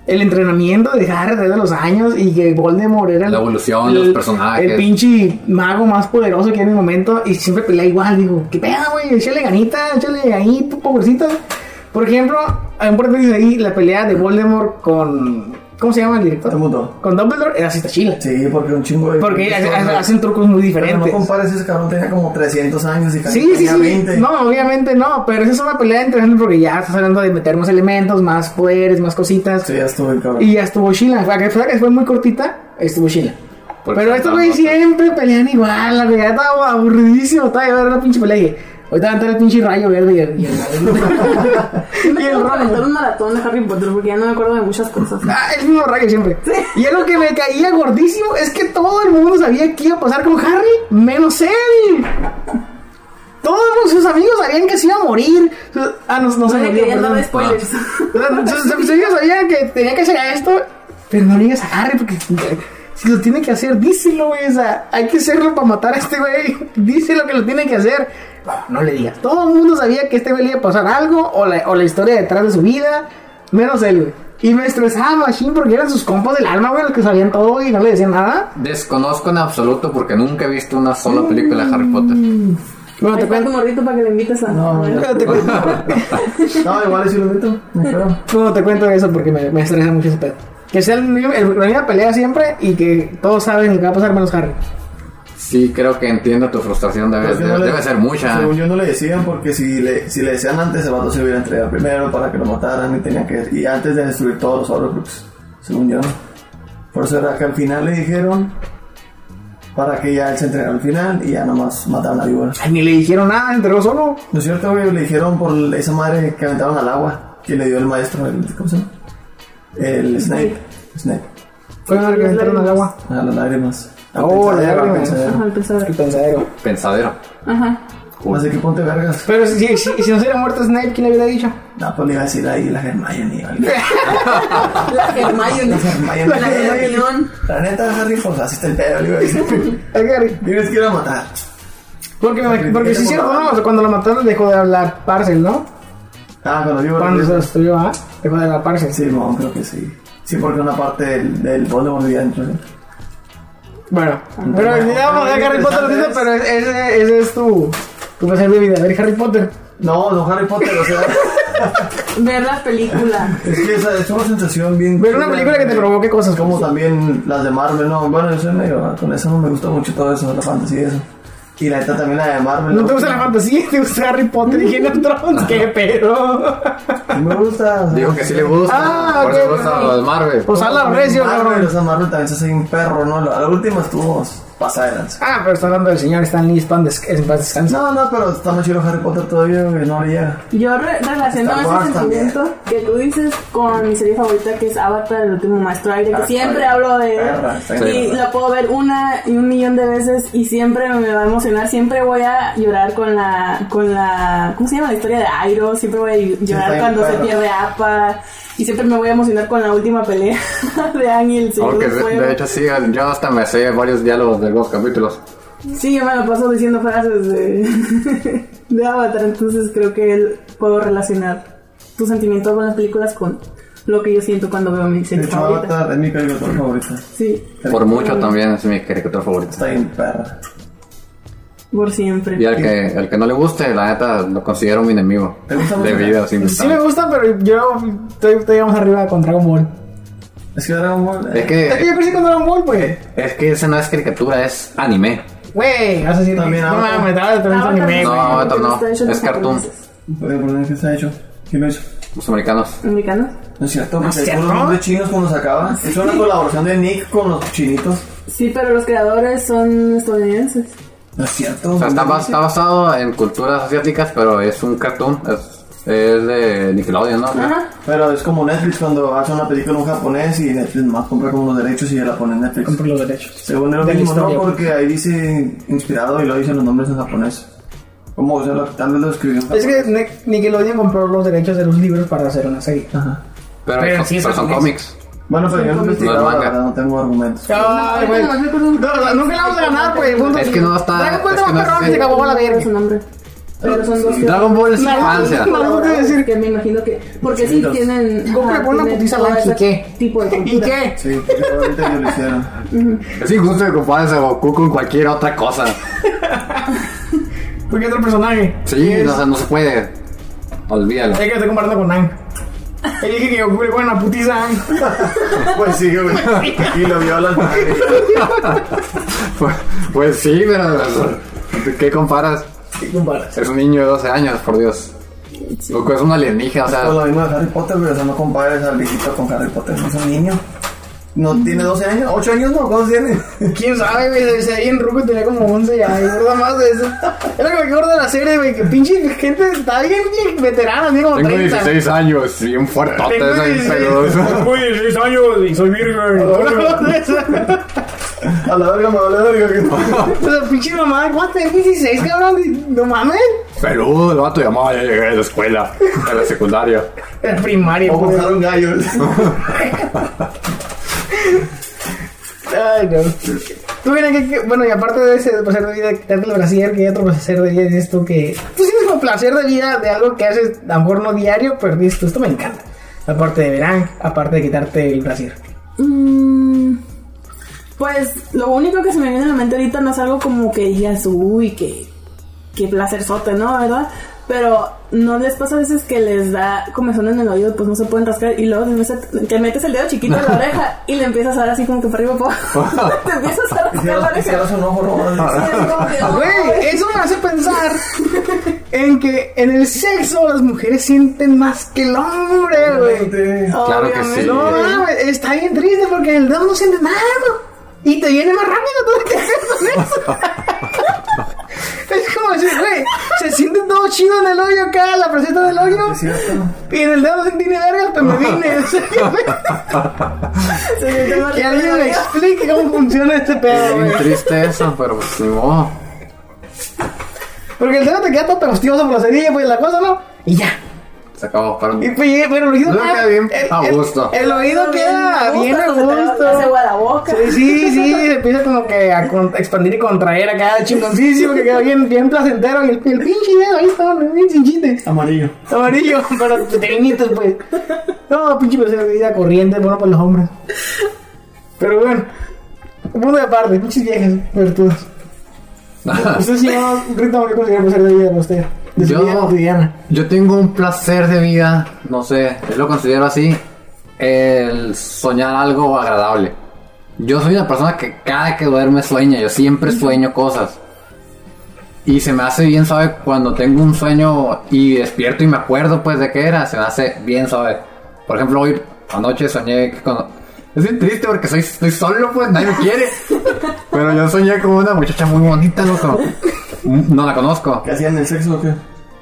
B: el entrenamiento de Harry a través de los años y que Voldemort era el-
C: La evolución de los
B: el-
C: personajes.
B: El pinche mago más poderoso que hay en el momento y siempre pelea igual. Digo, ¿qué pedo, güey? Échale ganita, échale ahí, tu pobrecita. Por ejemplo, hay un parte dice ahí la pelea de Voldemort con. ¿Cómo se llama el director?
E: Dumbledore.
B: Con Dumbledore era así está chila.
E: Sí, porque un chingo de...
B: Porque hace- hace-
E: Pero
B: hacen trucos muy
E: No
B: diferentes.
E: compares, ese cabrón tenía como 300 años y
B: Sí, sí,
E: tenía
B: sí.
E: 20.
B: No, obviamente no, pero esa es una pelea interesante porque ya estás hablando de meter más elementos, más poderes, más cositas.
E: Sí, ya estuve, cabrón.
B: Y ya estuvo Sheila. Fue que fue, que fue muy cortita, estuvo Sheila.
C: Por
B: Pero estos güeyes
C: ejemplo,
B: siempre pelean igual, la verdad estaba aburridísimo, estaba a ver la pinche pelea. y dije, Ahorita va a entrar el pinche rayo verde y el, y
D: Yo
B: el,
D: me
B: y el
D: tengo que
B: rayo.
D: aventar un maratón de Harry Potter porque ya no me acuerdo de muchas cosas.
B: Ah, el mismo rayo siempre. Y es lo que me caía gordísimo, es que todo el mundo sabía qué iba a pasar con Harry, menos él. Todos sus amigos sabían que se iba a morir. Sus- Ah, no, no
D: No
B: sabía.
D: le quería
B: perdón.
D: dar spoilers.
B: pues, O sea, Sus sus amigos sabían que tenía que hacer esto, pero no le digas a Harry porque Si lo tiene que hacer, díselo, güey. O sea, hay que hacerlo para matar a este güey. Díselo que lo tiene que hacer. No, no le digas. Todo el mundo sabía que a este güey le iba a pasar algo o la, o la historia detrás de su vida, menos él, güey. Y me estresaba Machine porque eran sus compas del alma, güey, los que sabían todo güey, y no le decían nada.
C: Desconozco en absoluto porque nunca he visto una sola película de Harry Potter.
B: Bueno, te
D: Ahí está tu
B: cuento.
D: morrito para que le invites a.
E: No, no.
B: Bueno, te cuento,
E: No, igual es silbito. No creo.
B: bueno, te cuento eso porque me, me estresa mucho ese pedo. Que sea el mismo- el- la misma pelea siempre y que todos saben lo que va a pasar menos Harry.
C: Sí, creo que entiendo tu frustración. Debe,
E: Pero si no
C: debe,
E: le-
C: debe ser mucha.
E: Según yo no le decían porque si le, si le decían antes, el vato se hubiera entregado primero para que lo mataran y tenía que. Y antes de destruir todos los Horrocrux, según yo. Por eso era que al final le dijeron para que ya él se entregara al final y ya nomás mataron a víbora.
B: Ay, ni le dijeron nada, se entregó solo.
E: ¿No es cierto, güey? Le dijeron por esa madre que aventaron al agua que le dio el maestro, el, ¿cómo se llama? El Snape. Snape.
B: Fue una que se entraron al agua.
E: A las lágrimas. Al
B: Oh, la
E: pensadero, al
B: lágrima.
E: pensadero.
D: Ajá, al pensar.
B: El pensadero.
C: Pensadero.
D: Ajá.
E: Así que ponte vergas.
B: Pero si, si, si, si no se hubiera muerto Snape, ¿quién le hubiera dicho?
E: No, pues le iba a decir ahí la Hermione. ¿vale?
D: La Hermione.
E: Hermione.
D: La Hermione.
E: La neta, Harry, pues así está el pedo, le iba a decir.
B: Ay, Harry.
E: Tienes que ir a matar.
B: Porque, me, porque sí es cierto, ¿no? O sea, cuando lo mataron dejó de hablar Parcel, ¿no?
E: Ah, cuando digo...
B: Cuando se lo destruyó, ¿ah? Dejó de hablar Parcel.
E: Sí, no, creo que sí. Sí, porque una parte del, del Voldemort vivía dentro de él.
B: Bueno, pero digamos, de Harry Potter lo dice, pero ese, ese es tu, tu placer de vida, ver Harry Potter.
E: No, no Harry Potter, o sea...
D: Ver la película.
E: es que esa, es una sensación bien...
B: Ver una película que te provoque cosas.
E: Como también las de Marvel, no, bueno, yo soy medio... Con eso no me gusta mucho todo eso, la fantasía y eso. Y la neta también la de Marvel.
B: No te gusta la fantasía, te gusta Harry Potter y Game of Thrones, qué pedo.
E: fantasía? Me gusta. o sea,
C: Dijo que sí le gusta.
B: Ah,
C: por
B: ok,
C: eso gusta
B: ok.
C: lo de Marvel.
B: Pues habla recio,
E: Marvel, o
B: cabrón.
E: sea, Marvel también se hace un perro, ¿no? La, la última estuvo pasada de lanza.
B: Ah, pero está hablando del señor Stanley Span, en paz descansa.
E: No, no, pero está más chido Harry Potter todavía, güey, no le llega.
D: Yo re- relaciono
E: Star Wars
D: ese sentimiento que tú dices con mi serie favorita que es Avatar, el último maestro aire, que
E: Avatar.
D: siempre hablo de
E: Perra, está
D: él y
E: bien.
D: la puedo ver una y un millón de veces y siempre me va a emocionar, siempre voy a llorar con la, con la, ¿cómo se llama? La historia de Airo, siempre voy a
E: está
D: llorar
E: bien
D: cuando se
E: perra.
D: pierde Apa y siempre me voy a emocionar con la última pelea de Ángel.
C: Porque de, de hecho sí, yo hasta me sé varios diálogos de los capítulos.
D: Sí, yo me lo paso diciendo frases de, de Avatar, entonces creo que él- puedo relacionar tus sentimientos con las películas con lo que yo siento cuando veo mi
E: De
D: serie
E: hecho,
D: favorita.
E: Avatar es mi caricatura favorita.
D: Sí,
C: Por mucho también es mi caricatura favorita.
E: Está bien perra.
D: por siempre.
C: Y al que, al que no le guste, la neta, lo considero mi enemigo.
E: ¿Te gusta
C: De
E: mucho?
C: vida, sin
B: Sí me
C: gustar.
B: gusta, pero yo estoy, estoy digamos, arriba con Dragon Ball.
E: Es que Dragon Ball...
C: Es
E: eh,
B: Es que
C: que,
B: yo crecí con Dragon Ball, pues.
C: es que ese no es caricatura, es anime.
B: Güey, vas a decir
E: También
B: no
E: Avatar.
B: mames, estaba también es
D: Avatar
B: anime,
D: es
C: No,
B: güey.
D: mexicano,
C: Avatar
D: porque
C: no,
D: está hecho en
C: es cartoon.
D: japonés.
E: pero eh, ¿por qué está hecho? ¿Quién lo hizo?
C: Los americanos.
D: ¿Americano?
E: No es cierto, porque
B: cierto.
E: todos los nombres chinos cuando se acaba. Es una colaboración de Nick con los chinitos.
D: Sí, pero los creadores son estadounidenses.
E: No es cierto.
C: O sea, está,
E: güey.
C: bas- está basado en culturas asiáticas, pero es un cartoon. Es, es de Nickelodeon, ¿no?
D: Ajá.
E: Pero es como Netflix cuando hace una película en un japonés y Netflix más compra como los derechos y ya la pone en Netflix.
B: Compro los derechos.
E: Según el
B: De la
E: mismo,
B: historia,
E: no,
B: pues.
E: porque ahí dice inspirado y lo dicen los nombres en japonés. Como, o sea, lo- tal vez lo escribió en
B: Es
E: japonés.
B: que Ne- Nickelodeon compró los derechos de los libros para hacer una serie.
E: Ajá.
C: Pero,
B: Pero
C: son-
B: sí es
C: pero son
B: japonés.
C: cómics.
E: Bueno, pero yo no he investigado,
C: manga.
E: la verdad, no tengo argumentos.
B: Ay, güey. No, o sea, nunca la vamos a ganar, güey. punto.
C: Es que no está-
B: Dragon Ball
C: es que
B: está
C: no
B: más perrón
C: sé.
B: y se acabó la
D: Pero su
B: verga.
D: nombre. Pero son dos creadores.
C: Dragon Ball es
B: No,
C: infancia.
B: no, no, no, no, decir.
D: que me imagino que porque sí
E: Chinitos.
D: tienen
B: Compre
D: ajá,
B: por una
D: tienen
B: putiza
D: todo
B: Lanky,
D: ese
B: ¿qué?
D: tipo de
B: ¿Y
D: cultura.
B: qué?
E: Sí, probablemente ellos lo hicieron.
C: Es injusto que compares a Goku con cualquier otra cosa.
B: Porque otro personaje.
C: Sí,
B: Es-
C: no, o sea, no se puede. Olvídalo.
B: Es que lo estoy comparando con Ang. Él dije que ocurre con una putiza a Aang.
E: Pues sí, güey. Y lo violan.
C: Pues, pues sí, pero ¿qué comparas?
B: ¿Qué comparas?
C: Es un niño de 12 años, por Dios. Goku es un alienígena, o
E: Pues lo
C: sea,
E: mismo de Harry Potter, güey. O sea, no compares al viejito con Harry Potter. Es un niño. No tiene 12 años, 8 años, no, ¿cuántos tiene?
B: ¿Quién sabe, güey? Se veía en Ruco y tenía como 11 ya. Y gorda más de eso. Era lo mejor de la serie, güey. Que pinche gente está bien, bien veterana, tiene como
C: tengo
B: 30.
C: 16 años, bien fuertote,
B: Tengo
C: ese
B: 16.
C: peludo.
B: Tengo 16 años y soy virgen.
E: A la verga, me vale verga.
B: Esa pinche mamá, ¿cuánto tenés 16, cabrón? No mames.
C: Peludo, el vato llamaba, ya llegué a la escuela, a la secundaria.
B: Es primaria,
E: O
B: güey.
E: buscaron gallos.
B: Ay, no. Tú mira que, que- bueno, y aparte de ese placer de vida, quitarte el brasier, que hay otro placer de vida, dices tú que. Tú tienes como placer de vida de algo que haces, a lo mejor no diario, pero dices tú, esto me encanta. Aparte de verán, aparte de quitarte el brasier.
D: Mm, Pues lo único que se me viene a la mente ahorita no es algo como que digas, uy, que qué placer sote, ¿no? ¿Verdad? Pero no les pasa a veces que les da comezón en el oído, pues no se pueden rascar y luego te metes- te metes el dedo chiquito en la oreja y le empiezas a dar así como que para arriba, po. te empiezas a
E: Y
D: rascar la
E: cierras- y
D: oreja.
E: cierras un ojo
D: Sí,
E: rojo.
D: así como que,
B: Güey, eso me hace pensar en que en el sexo las mujeres sienten más que el hombre, güey.
D: "Ay,
F: Claro que sí.
D: obviamente".
B: No, mames, está bien triste porque el dedo no siente nada. Y te viene más rápido todo que hacer con eso. es como decir, güey, se siente todo chido en el hoyo acá, la preseta del hoyo.
E: Es cierto.
B: Y en el dedo no sentí ni verga, pues me vine. O sea,
D: Se siente más
B: que
D: rico
B: alguien
D: el
B: me
D: oído.
B: explique cómo funciona este pedo,
F: Bien
B: güey.
F: triste eso, pero pues ni modo.
B: Porque el dedo te queda todo pegostioso por la cerilla, pues la cosa, ¿no? Y ya.
F: Se acabó. Pero
B: Y pues, eh, bueno, el oído
F: Lo queda bien
B: el-
F: a
B: el-
F: gusto.
B: El, oído queda bien a
D: se te va- hace
B: gusto.
D: agua la boca.
B: Sí, sí, sí, se empieza como que a con- expandir y contraer acá chingoncísimo, que queda bien, bien placentero. Y el, el pinche dedo ahí está, bien sin chiste.
E: Amarillo.
B: Amarillo, pero te teñitas, pues. No, pinche persona de vida corriente, bueno, para los hombres. Pero bueno, punto de aparte, pinches viejas, virtudes. Usted, señor Rita, ¿qué considera placer de vida para usted? De su
F: Yo-
B: vida cotidiana.
F: Yo tengo un placer de vida, no sé, yo lo considero así, el soñar algo agradable. Yo soy una persona que cada que duerme sueña, yo siempre sueño cosas. Y se me hace bien suave cuando tengo un sueño y despierto y me acuerdo pues de qué era, se me hace bien suave. Por ejemplo, hoy anoche soñé que cuando... Es bien triste porque soy, estoy solo, pues nadie me quiere. Pero yo soñé con una muchacha muy bonita, loco. No la conozco.
E: ¿Qué hacían el sexo o qué?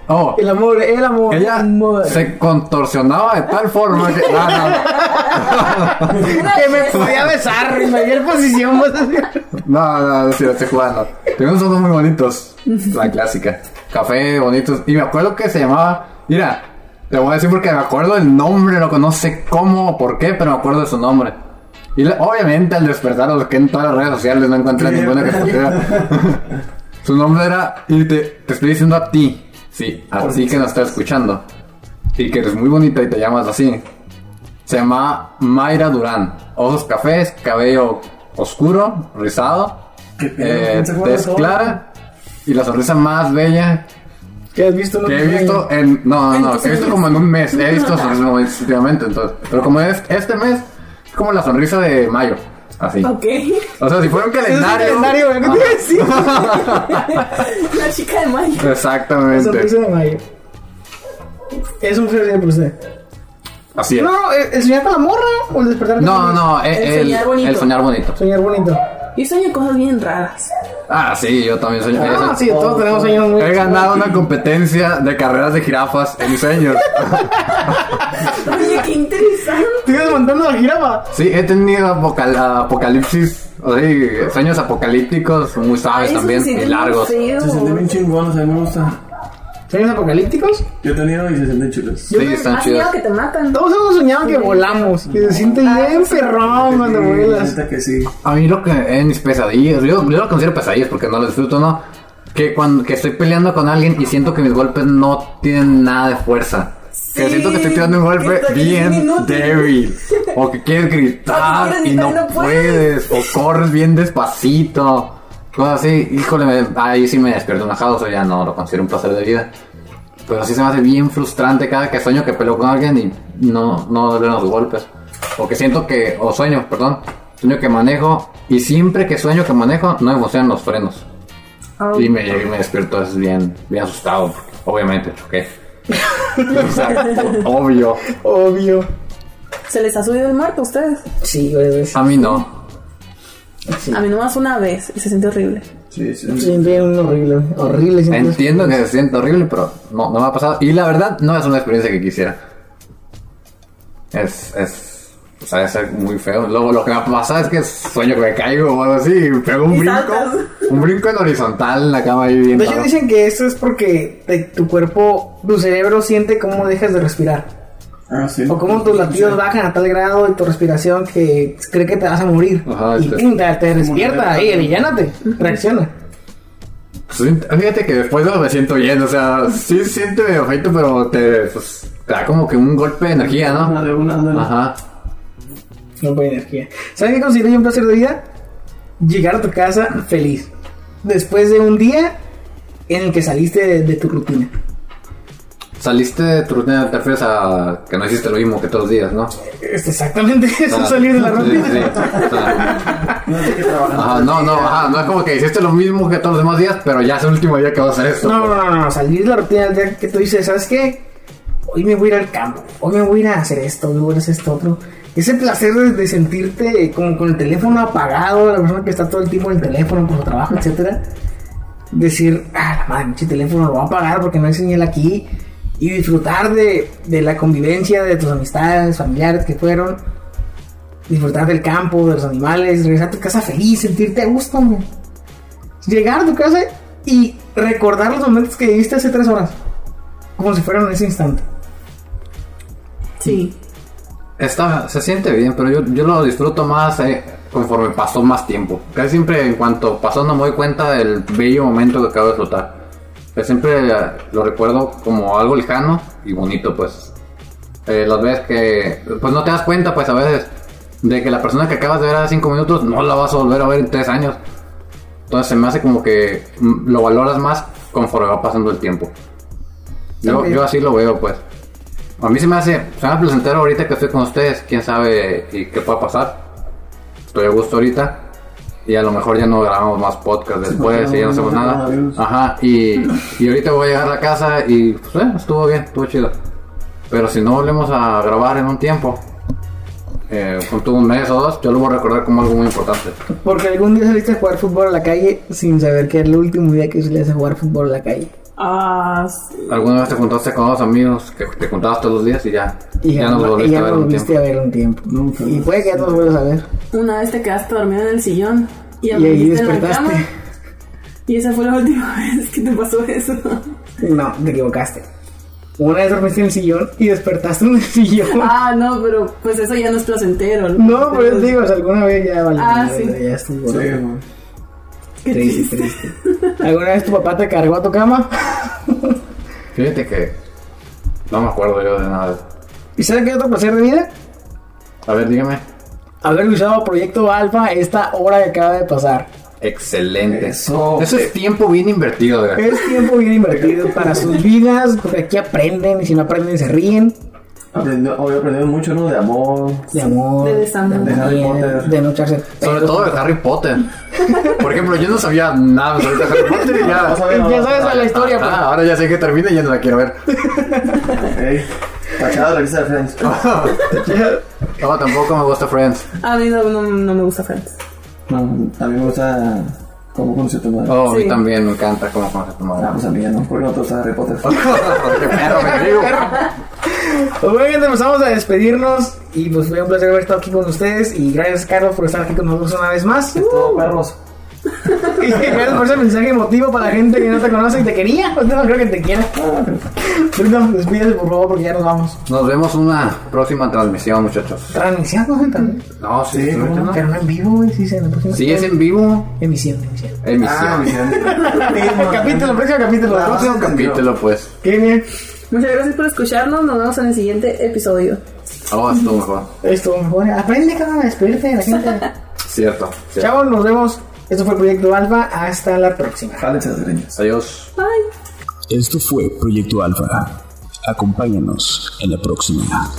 F: Oh,
B: El amor, el amor.
F: ella
B: el amor.
F: se contorsionaba de tal forma que. No,
B: que me podía besar en mayor posición. pues, así.
F: no, no, no, no, sí, lo estoy jugando. Tenía unos ojos muy bonitos. La clásica. Café, bonitos. Y me acuerdo que se llamaba. Mira, te voy a decir porque me acuerdo el nombre, loco. No sé cómo o por qué, pero me acuerdo de su nombre. Y la- obviamente al despertar, que en todas las redes sociales no encontré ninguna que pusiera. su nombre era. Y te, te estoy diciendo a ti. Sí, a ti que nos estás escuchando. Y que eres muy bonita y te llamas así. Se llama Mayra Durán. Ojos cafés, cabello oscuro, rizado,
E: ¿Qué pedo?
F: eh,
E: ¿Quién se acuerda de
F: tez
E: todo?
F: clara y la sonrisa más bella
B: ¿Qué has visto?
F: que he visto en. No, no, no, que he visto como en un mes. He visto sonrisas muy últimamente, entonces. Pero como es este mes, es como la sonrisa de mayo. Así.
D: Ok.
F: O sea, si fuera un calendario.
B: calendario, ¿qué te iba a decir?
D: La chica de Maya.
F: Ajá, Exactamente.
B: Sonrisa de mayo. Es un placer para usted.
F: Así es.
B: No, no, ¿el el soñar con la morra o el despertar? con
F: No,
B: el-
F: no, el,
D: El soñar
F: el-
D: bonito.
F: el soñar bonito.
B: Soñar bonito.
D: Yo sueño cosas bien raras.
F: Ah, sí, yo también soñé.
B: Ah, sí, todos tenemos sueños muy
F: He ganado una competencia de carreras de jirafas en mis sueños.
D: Oye, qué interesante.
B: Estoy montando la jirafa.
F: Sí, he tenido apocal- apocalipsis, o sea, sueños apocalípticos
B: Ah,
F: muy suaves Pues también y largos.
E: Se siente bien chingón, o sea, me gusta.
B: ¿Sueños apocalípticos?
E: Yo he tenido y se sienten chulos.
F: Sí, están
D: Has miedo
F: chidos.
D: que te matan.
B: Todos hemos soñado que volamos. Que se siente bien perrón cuando vuelas.
E: Neta que sí.
F: A mí lo que en mis pesadillas, yo, yo lo considero pesadillas porque no lo disfruto, ¿no? Que cuando que estoy peleando con alguien y siento que mis golpes no tienen nada de fuerza. Que
D: Sí,
F: siento que estoy tirando un golpe
D: que te- que es
F: bien
D: inútil.
F: débil. O que quieres gritar
D: O que quieres
F: y
D: gritar
F: no,
D: y no puedes.
F: puedes. O corres bien despacito. Cosas así. Híjole, me- ahí sí me despierto enojado. O sea, ya no lo considero un placer de vida. Pero sí se me hace bien frustrante cada que sueño que peleo con alguien y no, no duelen los golpes. O que siento que, o sueño, perdón, sueño que manejo y siempre que sueño que manejo no me funcionan los frenos. Y me, y me despierto es bien, bien asustado, porque obviamente choqué. O sea, obvio.
B: Obvio.
D: ¿Se les ha subido el muerto a ustedes?
B: Sí, varias veces.
F: A mí no.
D: A mí nomás una vez y se siente horrible.
E: Sí, sí.
B: Siente un horrible. Horrible. siente-
F: Entiendo que se siente horrible, pero no, no me ha pasado. Y la verdad, no es una experiencia que quisiera. Es, es, o sea, debe ser muy feo. Luego lo que me pasa es que sueño que me caigo o algo así, y pego un
D: Y
F: brinco.
D: saltas.
F: Un brinco en horizontal en la cama ahí bien
B: De hecho
F: raro.
B: eh, dicen que esto es porque te- tu cuerpo, tu cerebro siente cómo dejas de respirar.
E: Ah, sí.
B: O cómo tus latidos bajan a tal grado y tu respiración que cree que te vas a morir.
F: Ajá,
B: y
F: te-
B: pum, te, te despierta
E: muerde.
B: y avillánate. Reacciona.
F: Pues, fíjate que después no me siento bien, o sea, sí siento medio feito, pero te, pues, te da como que un golpe de energía,
E: Una
F: ¿no?
E: Ah, de una de una.
F: Ajá.
B: No puede energía. ¿Saben qué considero yo un placer de vida? Llegar a tu casa feliz. Después de un día en el que saliste de, de tu rutina.
F: Saliste de tu rutina, te refieres a que no hiciste lo mismo que todos los días, ¿no?
B: Es exactamente eso,
F: Ah,
B: salir de la
F: sí,
B: rutina.
F: sí, o sea,
E: No sé qué trabajar.
F: ajá, no, no, ajá, no es como que hiciste lo mismo que todos los demás días, pero ya es el último día que vas a hacer esto.
B: No, no, no, no, salir de la rutina del día que tú dices, ¿sabes qué? Hoy me voy a ir al campo, hoy me voy a ir a hacer esto, hoy me voy a ir a hacer esto otro. Ese placer de, de sentirte como con el teléfono apagado, la persona que está todo el tiempo en el teléfono, con su trabajo, etcétera. Decir, ah, la madre, mi teléfono lo voy a apagar porque no hay señal aquí. Y disfrutar de, de la convivencia, de tus amistades, familiares que fueron. Disfrutar del campo, de los animales, regresar a tu casa feliz, sentirte a gusto, hombre llegar a tu casa y recordar los momentos que viviste hace tres horas. Como si fueran en ese instante.
D: Sí.
F: Está, se siente bien, pero yo, yo lo disfruto más eh, conforme pasó más tiempo. Casi siempre en cuanto pasó no me doy cuenta del bello momento que acabo de disfrutar. Pero siempre eh, lo recuerdo como algo lejano y bonito, pues. Eh, las veces que, pues no te das cuenta, pues a veces, de que la persona que acabas de ver hace cinco minutos no la vas a volver a ver en tres años. Entonces se me hace como que mm, lo valoras más conforme va pasando el tiempo. Yo,
B: Ok.
F: yo así lo veo, pues. A mí se me hace, se me hace placentero ahorita que estoy con ustedes, quién sabe y qué pueda pasar. Estoy a gusto ahorita y a lo mejor ya no grabamos más podcast después
E: porque
F: y ya no
E: no-
F: hacemos
E: no
F: nada.
E: coronavirus.
F: Ajá, y, y ahorita voy a llegar a la casa y pues, eh, estuvo bien, estuvo chido. Pero si no volvemos a grabar en un tiempo, eh, junto un mes o dos, yo lo voy a recordar como algo muy importante.
B: Porque algún día saliste a jugar fútbol a la calle sin saber que era el último día que salías a jugar fútbol a la calle.
D: Ah, sí.
F: ¿Alguna vez te juntaste con dos amigos que te juntabas todos los días y ya,
B: Y
F: ya
B: ya,
F: nos
B: no, y
F: volviste
B: ya
F: a ver
B: no
F: un
B: volviste
F: tiempo? pues,
B: a ver un tiempo.
E: Nunca.
B: Y puede que ya no los vuelvas a ver.
D: una vez te quedaste dormido en el sillón y
B: Y ahí
D: amaneciste en la
B: despertaste.
D: cama. Y esa fue la última vez que te pasó eso.
B: No, te equivocaste. Una vez dormiste en el sillón y despertaste en el sillón.
D: Ah, no, pero pues eso ya no es placentero.
B: no, pues, pero yo te digo, o sea, alguna vez ya valió.
D: Ah,
B: madre,
D: sí.
B: Ya estuvo.
E: Sí, güey.
D: Qué
B: Triste, triste. ¿Alguna vez tu papá te cargó a tu cama?
F: Fíjate que no me acuerdo yo de nada.
B: ¿Y sabes qué es otro placer de vida?
F: A ver, dígame.
B: haber usado Proyecto Alfa esta hora que acaba de pasar.
F: Excelente.
E: Eso.
F: Eso es tiempo bien invertido, güey.
B: Es tiempo bien invertido para sus vidas, porque aquí aprenden y si no aprenden se ríen
E: Aprendió- Hoy aprendí mucho, ¿no? De amor.
B: de amor,
D: De desamor.
B: de,
E: De Harry
B: amor,
E: Potter.
B: de no echarse
F: Sobre
B: pedos.
F: todo de Harry Potter. Por ejemplo, yo no sabía nada sobre Harry Potter y ya.
E: Vas a ver,
B: Ya sabes la historia, pues.
F: Ah, ahora ya sé que termina y ya no la quiero ver.
E: Ey, Cachada, regresa de Friends.
F: No, Oh, tampoco me gusta Friends.
D: A mí no, no, no me gusta Friends.
E: No, a mí me gusta cómo conocí a tu madre.
F: Oh, a mí
D: Sí.
F: también me encanta cómo conoce tu
E: Ah,
F: madre.
E: pues a mí ya no, porque no te gusta Harry Potter.
F: Qué perro, me digo.
B: Pues bueno, gente, empezamos a despedirnos y pues fue un placer haber estado aquí con ustedes y gracias Carlos por estar aquí con nosotros una vez más.
E: Es todo, perros.
B: Y gracias por ese mensaje emotivo para la gente que no te conoce y te quería, pues no creo que te quiera. Bruno, despídete por favor porque ya nos vamos.
F: Nos vemos una próxima transmisión, muchachos.
B: Transmisión, ¿no? También.
F: No, sí,
E: Sí, ¿cómo
F: ahorita no.
B: Pero no en vivo, güey, sí se me
F: Sí, es en vivo.
B: Emisión, emisión. Ah,
E: Ah,
F: Emisión.
B: El
E: bien.
B: Eh, capítulo, el próximo capítulo.
E: Ah,
B: ¿no?
F: Próximo capítulo, pues.
B: Qué bien.
D: Muchas gracias por escucharnos. Nos vemos en el siguiente episodio.
F: Oh, estuvo mejor.
B: Esto, mejor. Aprende, cabrón, a despedirte de la gente.
F: Cierto. cierto.
B: Chavos, nos vemos. Esto fue el Proyecto Alfa. Hasta la próxima.
E: Jálense las greñas.
F: Adiós.
D: Bye.
A: Esto fue Proyecto Alfa. Acompáñanos en la próxima.